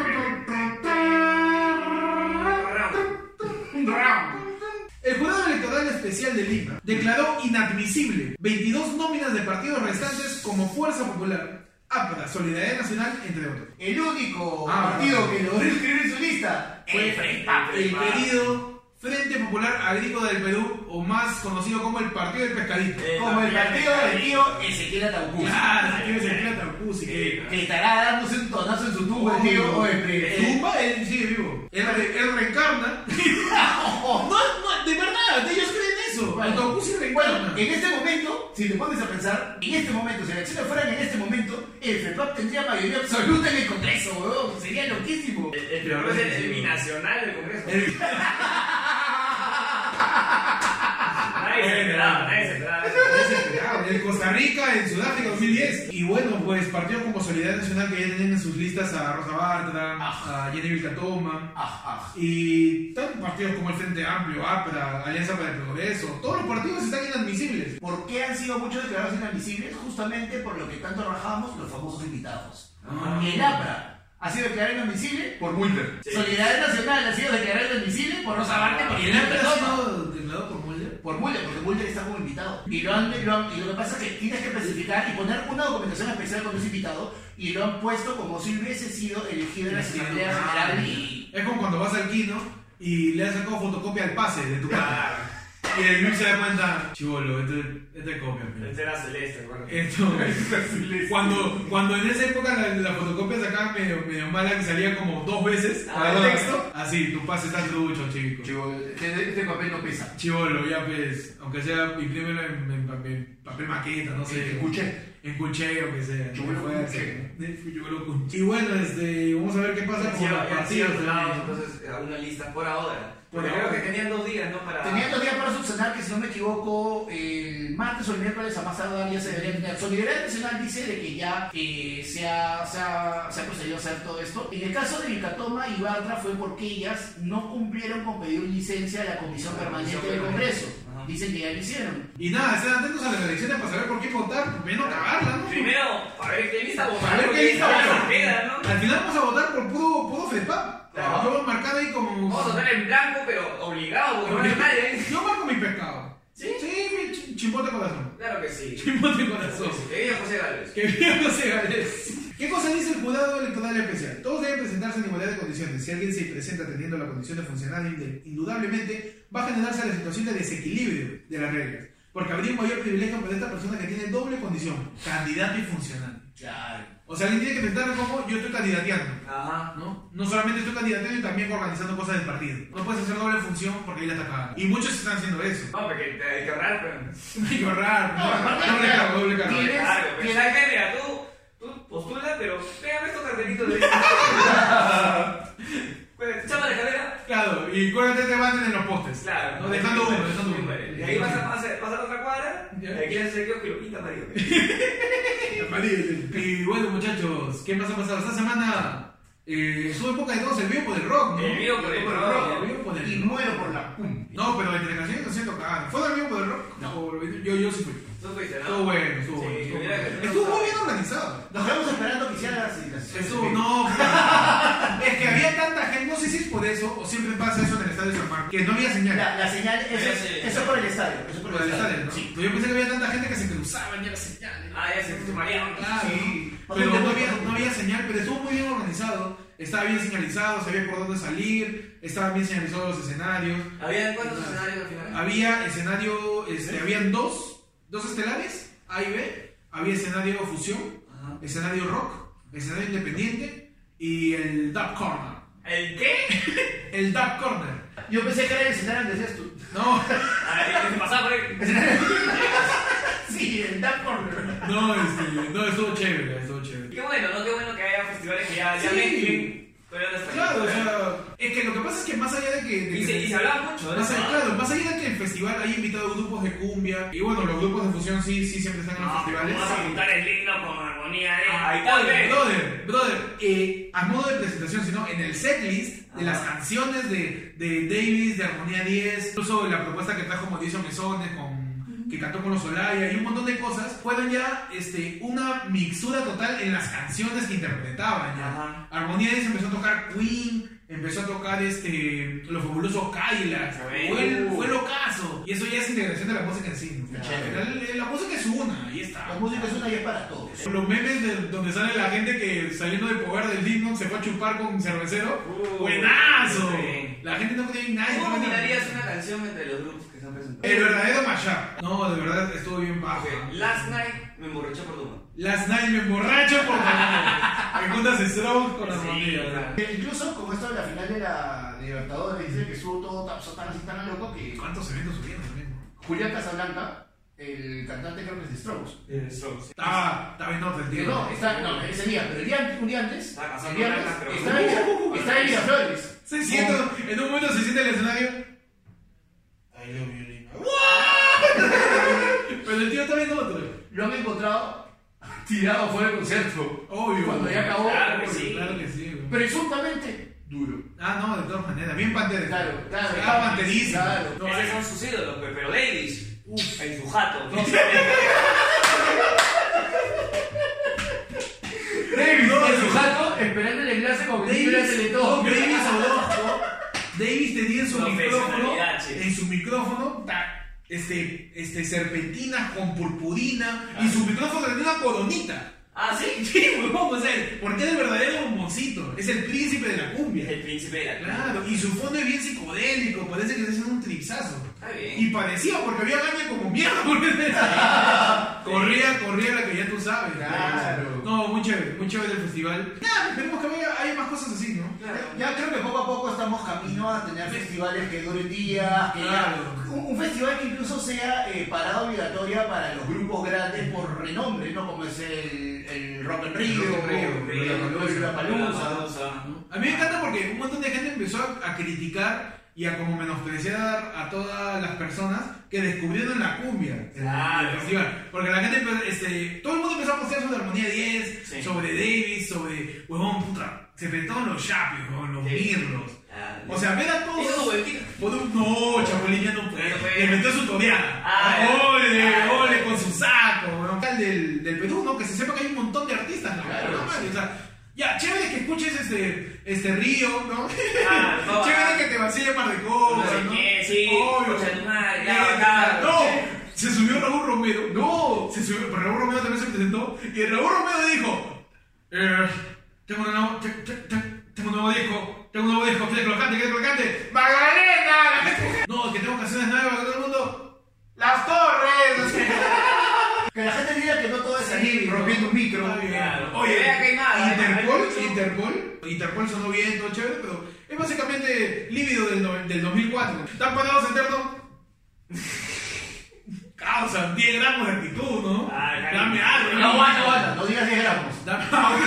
D: El jurado electoral especial de Lima declaró inadmisible 22 nóminas de partidos restantes como Fuerza Popular, APRA, Solidaridad Nacional, entre otros.
E: El único
D: Ah,
E: partido
D: no.
E: que (laughs) logró inscribir en su lista
F: El Frespa,
D: El
F: Frespa.
D: querido Frente Popular Agrícola del Perú, o más conocido como el Partido del Pescadito.
F: Eh,
E: como el
F: también,
E: partido del
F: también.
E: tío Ezequiel Ataucus.
D: Claro, Ah, tiene ese plata, pussy, que-
E: Que estará dándose un tonazo en su tubo el tío.
D: Uy,
E: hombre.
D: eh, Zumba, él sigue vivo. Él, re- él
F: (laughs)
D: reencarna. (laughs) no, no, de verdad, ellos creen eso.
E: Bueno.
D: el Goku sí reencarna.
E: Bueno, en este momento, si te pones a pensar, en este momento, si las elecciones fueran en este momento, el FEPAP tendría mayoría absoluta en el Congreso, weón. Sería loquísimo.
F: El-
D: eh,
F: El peor es el, el binacional del Congreso. nadie se esperaba, nadie se
D: (laughs)
F: esperaba.
D: El Costa Rica en Sudáfrica 2010. Y bueno, pues partidos como Solidaridad Nacional que ya tienen en sus listas a Rosa Bartra, a Jenny Vilcatoma.
E: Ajá.
D: Y tantos partidos como el Frente Amplio, APRA, Alianza para el Progreso. Todos los partidos están inadmisibles.
E: ¿Por qué han sido muchos declarados inadmisibles? Justamente por lo que tanto rajamos los famosos invitados. El APRA ha sido declarado inadmisible.
G: Por Mulder.
E: Solidaridad Nacional ha sido declarado inadmisible por Rosa Barca y por
D: ¿Y el APRA ha sido declarado por Mulder?
E: Por Mulder, porque Mulder está como invitado. Y lo, han, lo han- y lo que pasa es que tienes que especificar y poner una documentación especial con ese invitado y lo han puesto como si hubiese sido elegido en la Asamblea General y...
D: Es como cuando vas al Kino y le has sacado fotocopia al pase de tu carta. Y el Luis se da cuenta, chivolo, esto, esto es copia.
F: (laughs)
D: pe".
F: Él era celeste, bueno.
D: Esto, cuando, cuando en esa época la, la fotocopia sacaba medio, medio mala que salía como dos veces
F: Ah.
D: al texto, así, tu pase está trucho, chico.
E: Chivo, este, este papel no pesa.
D: Chivolo, ya pues, aunque sea, imprímelo en, en papel, papel maqueta, no sé.
E: Escuché.
D: En cucheo, que sea.
E: Chivolo
D: Fue
E: con
D: así,
E: cucheo.
D: ¿no? Sí, chivolo con- Y bueno, este, vamos a ver qué pasa con los
F: Ya han sido
D: partidos.
F: ordenados,
D: también.
F: entonces, a una lista por ahora.
D: Por
F: Porque
D: ahora.
F: creo que tenían dos días, ¿no? Para.
E: Tenía dos días para subsanar que, si no me equivoco, el martes o el miércoles a más tardar ya se debería tener. Solidaridad Nacional dice de que ya eh, se, ha, se, ha, se ha procedido a hacer todo esto. En el caso de Vilcatoma y Bartra fue porque ellas no cumplieron con pedir licencia a la Comisión
F: La Comisión
E: Permanente del
F: Permanente.
E: Congreso.
F: Ajá.
E: Dicen que ya lo hicieron.
D: Y nada, estén atentos a las elecciones para saber por qué votar, por menos cagarla, ¿no?
F: Primero, a ver qué lista vos.
D: A ver qué lista votamos.
F: queda, ¿no?
D: Al final vamos a votar por puro, puro FEPAP.
F: Claro.
D: Yo voy a marcar ahí como.
F: Vamos a votar en blanco, pero obligado, porque no hay nadie.
D: Yo marco mi pescado.
F: ¿Sí?
D: Sí, mi ch- chimbote corazón.
F: Claro
D: (laughs)
F: que sí.
D: Chimbote
F: Eso
D: corazón.
F: sí. Que viva José Gálvez.
D: Que bien no se gales. ¿Qué cosa dice el jurado electoral especial? Todos deben presentarse en igualdad de condiciones. Si alguien se presenta teniendo la condición de funcionario, inde- indudablemente va a generarse la situación de desequilibrio de las reglas. Porque habría un mayor privilegio para esta persona que tiene doble condición, candidato y funcionario.
E: Claro.
D: O sea, alguien tiene que pensar como yo estoy candidateando.
F: Ajá.
D: ¿no? No solamente estoy candidateando y también organizando cosas del partido. No puedes hacer doble función porque ahí la está cagando. Y muchos están haciendo eso.
F: No, porque te hay que ahorrar, pero.
D: Hay que ahorrar,
E: No, aparte,
D: no, doble cargo, doble cargo.
E: tienes-
F: Claro, pues.
E: tienes-
F: Ay, que mira, tú, tú postula, pero pégame estos
D: (laughs)
F: cartelitos de. (laughs) Pues, Chapa la cadera.
D: Claro, y cuérdate te van en los postes.
F: Claro,
D: no, dejando
F: sí,
D: uno,
F: sí,
D: dejando
F: sí,
D: uno.
F: Y ahí vas a, vas a- vas a la otra cuadra, y
D: Ya.
F: aquí hace creo que lo pinta amarillo.
D: Amarillo. Y bueno, muchachos, ¿qué más ha pasado? Esta semana eh, su época de todos el vivo por el rock, ¿no?
F: El vivo por el rock.
D: El vivo por
E: Y
D: el rock.
E: muero por la cum.
D: No, pero entre canciones no se tocaban. ¿Fue el vivo por el rock?
E: No.
D: O lo vi- Yo, yo sí fui.
F: Tú fuiste, ¿no?
D: Estuvo bueno, estuvo
F: Sí,
D: bueno. estuvo
F: mira
D: bueno.
F: que-
D: Estuvo muy bien organizado.
E: Nos quedamos esperando que hiciera la celebración.
D: Eso no, (laughs) pues. es que había tanta gente, no sé si es por eso o siempre pasa eso en el estadio San Marcos, que no había señal.
E: La, la señal, eso, es-
F: Sí, sí.
E: eso es por el estadio. Eso es por
D: Por
E: el,
D: el
E: estadio.
D: estadio, ¿no?
E: Sí.
D: Pero Yo pensé que había tanta gente que se cruzaban y era señal.
F: Ah, ya se marearon.
D: Claro,
E: Sí.
D: ¿no? pero no había, no había señal, pero estuvo muy bien organizado, estaba bien señalizado, sabía por dónde salir, estaban bien señalizados los escenarios.
F: ¿Había cuántos escenarios al final?
D: Había escenario, este, habían dos, dos estelares, A y B, había escenario fusión,
F: Ajá.
D: escenario rock, escenario independiente y el Dub Corner.
F: ¿El qué?
D: El Dub Corner.
E: Yo pensé que era el escenario donde decías tú. (laughs)
D: No, (laughs)
F: Ay, pasaba por ahí. (laughs)
E: Sí, el Dark Corner.
D: no, este, no, estuvo chévere, estuvo chévere.
F: Qué bueno, ¿no? Qué bueno que haya festivales que ya, ya
D: Sí.
F: mezclen Corea del Sur.
D: Claro, o sea, es que lo que pasa es que más allá de que... de
F: Y se,
D: que-
F: y se hablaba mucho de
D: Más
F: eso.
D: allá,
F: ¿no?
D: claro, más allá de que el festival haya invitado grupos de cumbia, y bueno, los grupos de fusión sí, sí siempre están en los
F: No,
D: festivales.
F: ¿cómo vas a juntar el himno con armonía de. Ahí está,
D: Oye,
F: ve.
D: brother, brother, eh, a modo de presentación, sino en el setlist de las
F: Ajá.
D: canciones de, de Davis, de Armonía 10, incluso la propuesta que trajo Mauricio Mesones con que cantó con los Olaya y un montón de cosas, fueron ya este, una mixtura total en las canciones que interpretaban ya.
F: Ajá.
D: Armonía 10 empezó a tocar Queen, empezó a tocar este, los fabulosos Kylax,
F: Ay.
D: fue, el- fue el ocaso. Y eso ya es integración de la música en sí. ¿no?
E: Chévere.
D: La- la- la música es una, y está.
E: La música es una y es para todos.
D: Los memes de donde sale la gente que saliendo del poder del Disney se fue a chupar con un cervecero.
F: Uh,
D: ¡Buenazo!
F: sí.
D: La gente no tiene nadie.
F: ¿Cómo
D: no tiene-
F: combinarías una canción entre los grupos que se han presentado?
D: El verdadero mashup. No, de verdad estuvo bien bajo.
F: Ok, Last night me emborraché por Duma.
D: Las night me emborracho por
F: (laughs)
D: favor. Me juntas strokes con las
F: Sí,
D: familias.
F: claro.
E: E Incluso como esto de la final de la de Libertadores, dice que estuvo todo tan, tan así tan loco que
D: ¿Cuántos eventos subieron también? no?
E: Julián Casablanca, el cantante creo que es de Strokes.
F: El Strokes.
D: Estaba, estaba en otro, el
E: Que
D: tío.
E: no, está, no, ese día, pero el día antes, un día antes,
F: Está casado
E: el día
F: con
E: antes,
F: Blanca, pero-
E: está, en- está en Miraflores.
D: Se siente, en un momento se siente el escenario. I love you, Lima. (laughs) Pero el tío estaba en otro.
E: Lo han encontrado tirado fuera del concierto.
D: Obvio.
E: Cuando ya acabó. pues,
F: Claro que sí.
D: Claro que sí, güey.
E: Presuntamente duro.
D: Ah, no, de todas maneras, bien pantera.
E: Claro, claro.
D: Estaba panterísimo.
E: Claro.
D: No,
F: Esos
D: eh,
F: son sus ídolos, pe- pero Davis, uff, en su jato.
E: David,
D: no,
E: en
D: no.
E: su jato, esperando el enlace con David
D: Davis,
E: Teletón.
D: Davis Orozco, Davis tenía en su
F: No,
D: micrófono,
F: personalidad, che.
D: en su micrófono, ta- este, este, serpentinas con purpurina, y su micrófono tenía una coronita. (laughs)
F: Ah, sí.
D: Sí, huevón, o sea, porque es el verdadero bomboncito, es el príncipe de la cumbia.
F: El príncipe de la
D: Claro, y su fondo es bien psicodélico, parece que está haciendo un tripsazo.
F: Está bien.
D: Y parecía, porque había gaña como mierda. porque- corría, corría la que ya tú sabes.
E: Claro.
D: No, muy chévere, muy chévere el festival. Nada, esperemos que vaya, haya más cosas así, ¿no?
F: Claro.
E: Ya creo que poco a poco estamos camino a tener festivales que duren días, que ya-
D: Claro.
E: un, un festival que incluso sea eh, parada obligatoria para los grupos grandes por renombre, ¿no? Como es el, el Rock en Río,
D: Rock en Río,
E: el- el- el- el- el- la Palusa.
D: A mí me encanta porque un montón de gente empezó a, a criticar y a como menospreciar a todas las personas que descubrieron la cumbia en
F: Claro.
D: el festival. Porque la gente, empe- este, todo el mundo empezó a postear sobre Armonía 10,
F: Sí.
D: sobre Davis, sobre, huevón, puta, se inventaron los chapios, huevón, los
F: Sí.
D: mirlos.
F: Ah,
D: O sea, ver a todos...
F: Eso es huevito.
D: Por un- No, Chapulín ya no puede.
F: No puede.
D: Le metió su toreada.
F: Ah, ya.
D: ole,
F: Ah, ya.
D: ole, con su saco. weón. Tal Del, del Perú, ¿no? Que se sepa que hay un montón de artistas. ¿no?
E: Claro,
D: No mames, o sea, ya, chévere que escuches este, este río, ¿no? (laughs)
F: Ah, no,
D: chévere
F: ah.
D: que te vacile Mar de Coca,
F: No sé
D: ¿no?
F: qué, sí,
D: Obvio.
F: concha de tu madre,
D: Eh,
F: ya, acá,
D: No,
F: che.
D: se subió Raúl Romero. No, se subió, pero Raúl Romero también se presentó. Y Raúl Romero dijo: eh, Tengo un nuevo, te- te- te- tengo un nuevo disco. Tengo un nuevo disco, quiere crocante, quiere crocante. Magdalena, la gente. (laughs) No, que tengo canciones nuevas que todo el mundo. Las torres. no sé.
E: Que la gente diga que no todo es
D: Salir
E: salir
D: rompiendo un micro.
F: Claro.
D: Oye,
F: Vea que hay ¿eh? más, hay
D: Interpol,
F: más, hay mucho.
D: Interpol, Interpol sonó bien, todo chévere, pero es básicamente lívido del, no- del 2004. ¿Están parados en terno? (laughs) Causa, 10 gramos de actitud, ¿no?
F: Ay, cariño.
D: Dame algo,
E: No aguanta, aguanta, no digas 10 gramos.
D: Dame algo.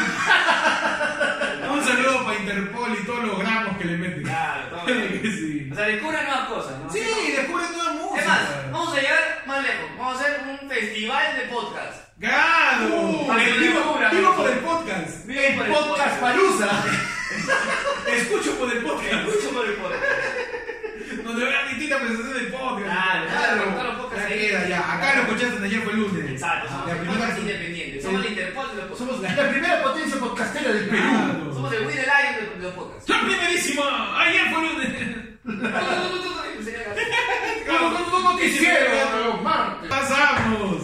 D: (laughs) Un saludo para Interpol y todos los gramos que le meten.
F: Claro, todo bien.
D: (laughs) sí.
F: O sea, descubran nuevas cosas, ¿no?
D: Sí, descubren toda música.
F: Es más, vamos a llegar más lejos. Vamos a hacer un festival de podcast.
D: ¡Claro!
F: para que
D: Uh, vivo,
F: descubran.
D: vivo por el podcast.
F: Vivo por el
D: podcast
F: (laughs)
D: palusa. (laughs) Escucho por el podcast.
F: Mucho por el podcast.
D: Donde vean distintas presentaciones del pues, podcast.
F: Claro, claro, todos los podcasts
D: Ya
F: ahí.
D: queda, ya. Acá lo escuchaste en ayer fue el lunes.
F: Exacto, somos
D: La
F: el
D: primera-
F: podcast independiente. Somos el Interpol de los podcasts.
E: Somos la primera potencia podcastera del Perú.
D: Claro.
F: Somos el Wii del Lion de de los podcasts.
D: ¡La primerísima! ¡Ayer fue el lunes!
G: Hicieron los martes.
D: Pasamos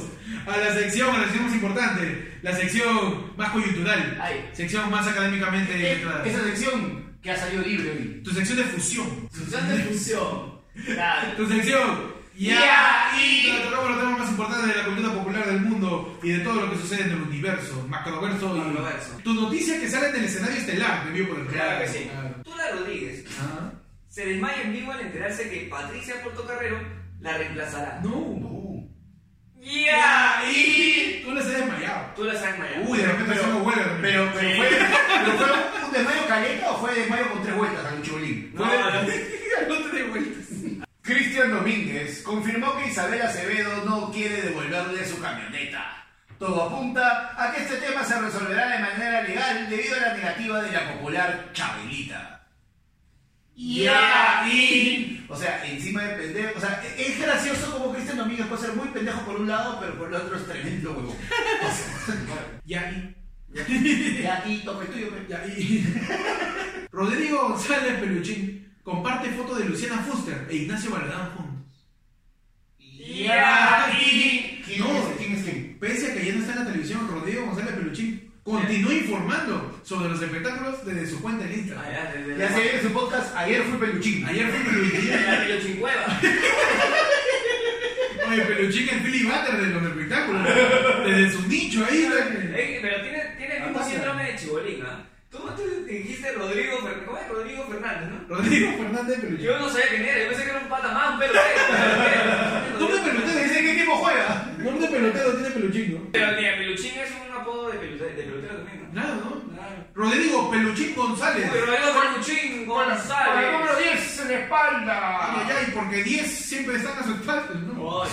D: a la sección, a la sección más importante, la sección más coyuntural,
F: Ahí.
D: sección más académicamente
E: Eh,
D: centrada.
E: Esa sección que ha salido libre hoy.
D: Tu sección de fusión.
F: Función de función. Claro.
D: Tu sección.
F: Ya, y-
D: Donde tocamos los temas más importantes de la cultura popular del mundo y de todo lo que sucede en el universo, macroverso y.
F: Macroverso.
D: Tus noticias que salen del escenario estelar, de vivo por el
F: Claro que
D: Radar.
F: sí.
D: Claro.
F: Tula Rodríguez
D: Ah.
F: se desmaya en vivo al enterarse que Patricia Portocarrero la reemplazará.
D: No.
F: ¡Ya!
D: y. Tú les has desmayado.
F: Tú la sabes, Maya.
D: Uy, de repente
E: Pero-
D: hacemos huelga.
E: Pero, pero,
D: (laughs)
E: fue, pero fue un desmayo caleta o fue desmayo con tres vueltas al Chibolín.
D: (laughs)
F: No,
D: Huelga.
F: no.
D: no te dé vueltas.
E: Cristian Domínguez confirmó que Isabel Acevedo no quiere devolverle su camioneta. Todo apunta a que este tema se resolverá de manera legal debido a la negativa de la popular Chabelita.
F: Ya,
E: O sea, encima de pendejo. O sea, e- es gracioso como Cristian Domínguez puede ser muy pendejo por un lado, pero por el otro es tremendo huevo.
D: Ya, y.
E: Ya, y toca el tuyo, pe.
D: Ya, y. Rodrigo González Peluchín comparte foto de Luciana Fuster e Ignacio Baladán juntos.
F: Ya, y-
E: ¿Quién
D: No.
E: es- este? ¿Quién es quién?
D: Pese a que ya no está en la televisión, Rodrigo González Peluchín continúa informando sobre los espectáculos desde su cuenta en
F: Ah,
D: Instagram.
F: ya, desde
E: Ya se viene su podcast, ayer fue peluchín.
D: Ayer fue
E: (laughs)
D: Peluchín.
F: la- la Pelochincueva.
D: Oye, Peluchín es Philly Butter de los espectáculos. Desde su nicho ahí. ¿no?
F: Ey, Pero tiene, tiene el mismo síndrome de Chibolín, ¿ah? Tú, tú dijiste Rodrigo Fernández. ¿Cómo es Rodrigo Fernández, no?
D: Rodrigo Fernández Peluchín.
F: Yo no sabía quién era, yo pensé que era un pata más, un pelo feo.
D: Nombre pelotero, dice qué equipo juega. Nombre pelotero tiene Peluchín, ¿no?
F: Pero mira, peluchín es un apodo de pelotero, de pelotero también, ¿no?
D: Nada, ¿no?
F: Claro.
D: Rodrigo Peluchín González.
F: Pero era peluchín,
G: Con el número
F: González.
G: 10 en la espalda.
D: Ay, ay, ay, porque 10 siempre están a su espalda, ¿no?
F: Oye,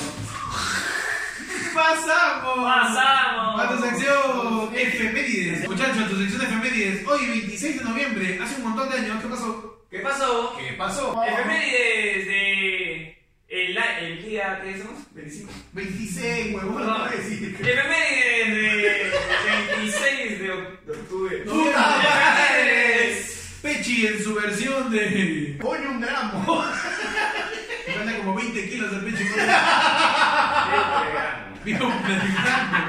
D: ¡Pasamos!
F: Pasamos.
D: A tu sección efemérides. Muchachos, tu sección efemérides. Hoy, 26 de noviembre, hace un montón de años, ¿qué pasó?
F: ¿Qué pasó?
E: ¿Qué pasó?
F: Efemérides de. El, la- el día, ¿qué somos? 25.
E: 26, huevón,
F: Perdón.
E: no voy a decir.
F: Efemérides de 26 de, oc- de octubre.
D: ¡Puta madre!
F: Efemérides.
D: Pechi en su versión de.
E: Pone un gramo.
D: Gana como 20 kilos el Pechi.
F: Efemérides.
D: Vieron platicando.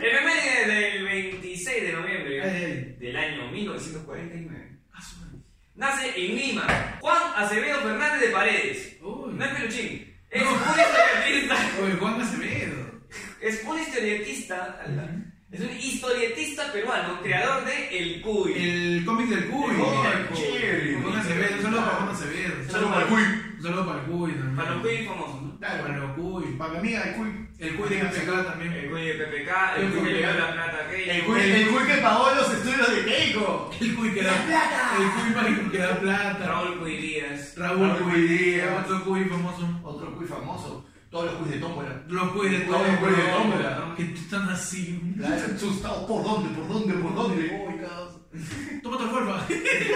F: Efemérides del 26 de noviembre
D: Ay, ay.
F: del año 1949.
D: Ah, su madre.
F: Nace en Lima Juan Acevedo Fernández de Paredes.
D: Uy.
F: No es peluchín. Es un historietista.
D: Oye, Juan Acevedo.
F: Es un historietista. Es un historietista peruano, creador de El Cuy.
D: El cómic del Cuy.
F: cómic del
D: Chévere.
F: Cuy.
D: Juan Acevedo. Un saludo para Juan Acevedo. Un saludo
F: Saludo para
D: para
F: el
D: Un saludo para el Cuy también.
F: Para los Cuy famosos, ¿no?
E: Dale,
D: Para
E: bueno.
D: el Cuy.
E: Para mi amiga, el cuy.
D: El Cuy de Cacacá
F: El
D: también.
F: Cuy de PPK, el
D: El
F: Cuy que
D: Cuy.
F: le dio la plata a aquella.
E: El cuy, el cuy que pagó los estudios de Keiko.
D: El Cuy que da plata. El Cuy mágico que da plata.
F: Raúl Cuy Díaz.
D: Raúl
E: Raúl
D: Cuy.
E: Díaz.
D: Otro Cuy famoso.
E: Otro cuy famoso. Todos los cuys de tómbola.
D: Los Cuy de
E: Todos los cuy de
D: todo.
E: tómbola.
D: Que tú están así.
E: Claro, asustado. ¿Por dónde? ¿Por dónde? ¿Por dónde? Uy, caos.
D: Toma otra forma. (laughs) ¿Qué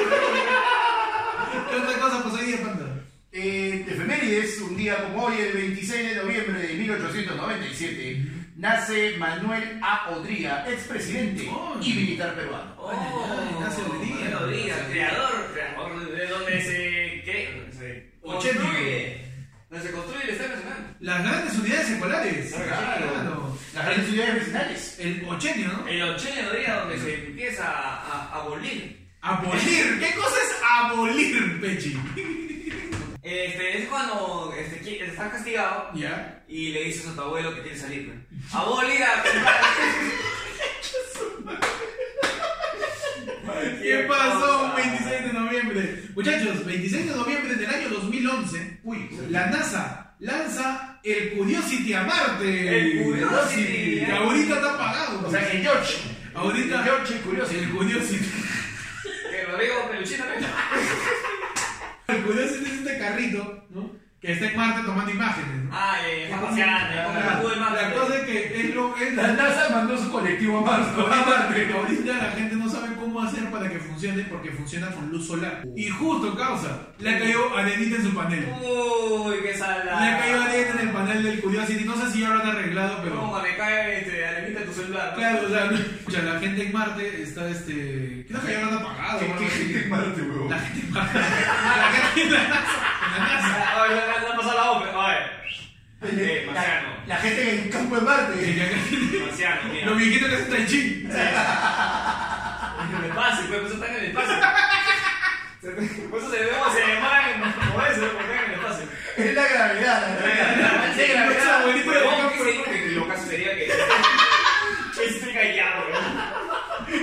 D: otra cosa pues, pasó hoy día, Panda?
E: Eh, efemérides, un día como hoy, el 26 de noviembre de 1897, nace Manuel A. Odría, expresidente
D: Oh.
E: y militar peruano.
F: Oh,
D: Ignacio Díaz.
F: Manuel Díaz, creador, creador de donde se. ¿Qué? Se
D: Ochenta.
F: construye. Donde se construye el Estado Nacional.
D: Las grandes unidades escolares.
F: Claro.
E: Las grandes ciudades vecinales.
D: El ochenio, ¿no?
F: El Ochene Díaz, donde se empieza a, a abolir.
D: A Abolir. ¿Qué cosa es abolir, Pechi?
F: Este, es cuando este, qui- estás castigado
D: ¿Ya?
F: y le dices a tu abuelo que quieres salir. ¿no? Abolir a.
D: ¿Qué pasó 26 de noviembre? Muchachos, 26 de noviembre del año 2011, uy, la NASA lanza el Curiosity a Marte.
F: El Curiosity.
D: Que ahorita está apagado.
E: O sea, que George.
D: ahorita.
E: George es curioso.
D: El Curiosity.
F: Que Rodrigo Peluchino, ¿no?
D: El Curiosity es este carrito, ¿no? Que está en Marte tomando imágenes, ¿no?
F: Ah, eh, está paseando, eh, como el
D: la,
F: Google Maps.
D: la cosa es que es lo es
G: La NASA mandó su colectivo a
D: (laughs)
G: Marte.
D: Ahorita- Ahorita la gente no sabe cómo hacer para que funcione porque funciona con luz solar. Y justo causa, le cayó arenita en su panel.
F: Uy, qué salada.
D: Le cayó arenita en el panel del Curiosity. No sé si ya lo han arreglado, pero.
F: Como cuando le cae este, a la mitad de tu celular. (laughs) ¿no?
D: Claro, o sea, (laughs) o sea, la gente en Marte está este. Creo que ya lo han apagado. o algo así.
G: en Marte, huevón?
D: La gente en Marte. La gente en la NASA. en la NASA.
F: Ah, oye, la- la- la pasó la OPE, oye. Eh,
E: La,
F: marciano.
E: la gente en el campo de Marte.
F: Marciano, mira.
D: Los viejitos que hacen Tai Chi.
F: En el espacio, pues, pues están en el espacio. (laughs) Se- Por eso se ve como se demoran en moverse, porque están en el espacio.
E: Es la gravedad. La gravedad.
F: Sí, la
D: Ese
F: verdad,
D: abuelito de
F: huevón,
D: Boca,
F: que sí, que lo caso sería (laughs) que- que estoy callado, huevón.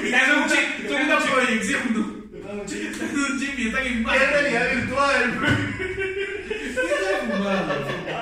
D: Y te hacen un chip. Son una proyección, ¿no? Te hacen un chip y están en
E: Es
D: Marte.
E: realidad virtual.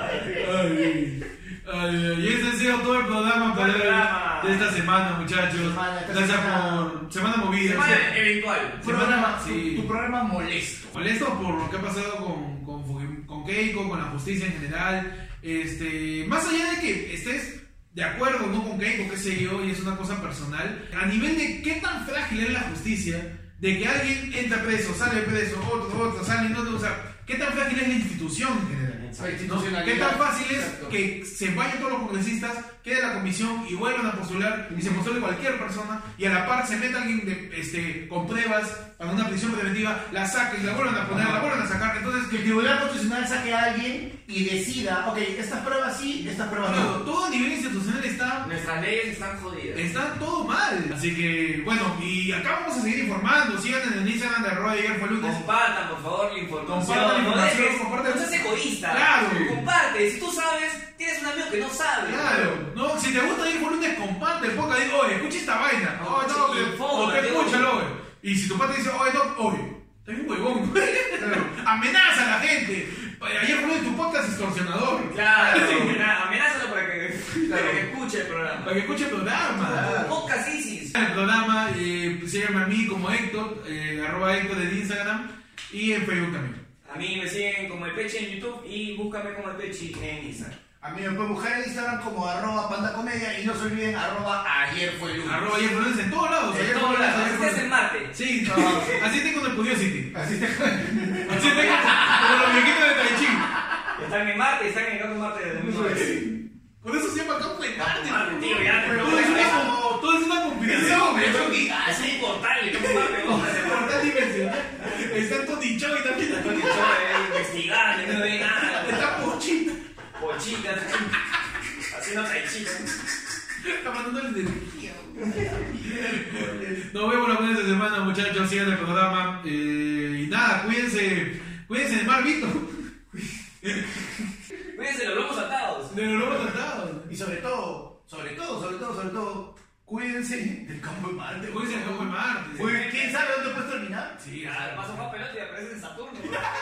D: Ay, ay, y ese ha sido todo el programa para
F: Programa.
D: de esta semana, muchachos.
E: Semana, esta
D: Gracias
E: semana.
D: por semana movida.
F: Semana
D: ¿sí?
F: eventual.
E: Programa,
D: Sí.
E: tu, tu programa molesto.
D: Molesto por lo que ha pasado con, con, Fujim- con Keiko, con la justicia en general. Este, más allá de que estés de acuerdo o no con Keiko, qué sé yo, y es una cosa personal, a nivel de qué tan frágil es la justicia, de que alguien entra preso, sale preso, otro, otro, sale, no, no, o sea, qué tan frágil es la institución en general.
E: La
D: ¿no?
E: institucionalidad.
D: ¿Qué tan fácil es
E: Exacto.
D: que se vayan todos los congresistas, quede la comisión y vuelvan a postular y se postule cualquier persona y a la par se meta alguien de- este, con pruebas para una prisión preventiva, la saquen, la vuelvan a poner, la vuelvan a sacar?
E: Que
D: Entonces,
E: el Tribunal Constitucional saque a alguien y decida, ok, estas pruebas sí, estas pruebas
D: todo,
E: no.
D: todo a nivel institucional está,
F: Nuestras leyes están jodidas.
D: está todo mal. Así que, bueno, y acá vamos a seguir informando. Sigan en el Instagram de arroba ayer fue lunes.
F: Compartan, por favor, la información.
D: Compartan la
F: no
D: información,
F: dejes-
D: compartan-
F: No seas egoísta.
D: Claro.
F: Comparte. Si tú sabes, tienes un amigo que no sabe.
D: Claro, no, si te gusta ir por lunes, comparte el podcast. Digo, oye, escucha esta vaina.
F: No,
D: Oye, no,
F: sí,
D: que- o
F: infórmate,
D: te escúchalo, oye. Y si tu padre dice, oye, no, oye, estás bien huevón. (laughs) Amenaza a la gente. Oye, Ayer fue tu podcast extorsionador.
F: Claro.
D: (laughs)
F: amena- Amenázalo para que, para que escuche el programa.
D: Para que escuche el programa.
F: Podcast Isis.
D: El programa, eh, síganme a mí como Héctor, eh, arroba Héctor en Instagram y en Facebook también.
F: A mí me siguen como el Peche en YouTube y búscame como el Peche en Instagram.
E: A mí me pueden buscar en Instagram como arroba pandacomedia y no se olviden arroba ayer fue lunes.
D: Arroba ayer fue lunes en todos lados.
F: En
D: Ayer
F: todos
D: fue lunes,
F: lados.
D: ayer
F: Este
D: fue
F: es el Ah,
D: lunes.
F: martes.
D: Sí, así tengo con el Curiosity.
E: Así
D: (laughs)
E: te
D: Así tengo con los viejitos de Tai Chi.
F: Están en martes, están en el gato martes de domingo.
D: Por eso se llama campo de Marte.
F: Marte, tío, ya te
D: Todo
F: lo
D: es
F: voy a
D: una, com- todo es una combinación. güey.
F: Ah, Es un portal. el Gato Marte, ¿cómo se
D: Es
F: llama?
D: portal dimensional. Está Tony Choi también. Está
F: Yo,
D: Tony Choi.
F: eh, Investigando, no ve nada.
D: Está Pochita.
F: Pochitas, haciendo tai
D: (laughs)
F: chi.
D: Está mandándoles de energía. güey. Nos vemos la próxima semana, muchachos. Sigan el programa. Eh, y nada, cuídense. Cuídense del mar, (laughs) Vito.
F: Cuídense los lomos atados.
D: De los lobos tratados.
E: Y sobre todo, sobre todo, sobre todo, sobre todo, cuídense del campo de Marte.
D: Cuídense del campo de Marte.
E: Uy, ¿Quién sabe dónde puedes terminar?
F: Ah,
D: Sí,
F: Paso fue a pelota y aparece en Saturno.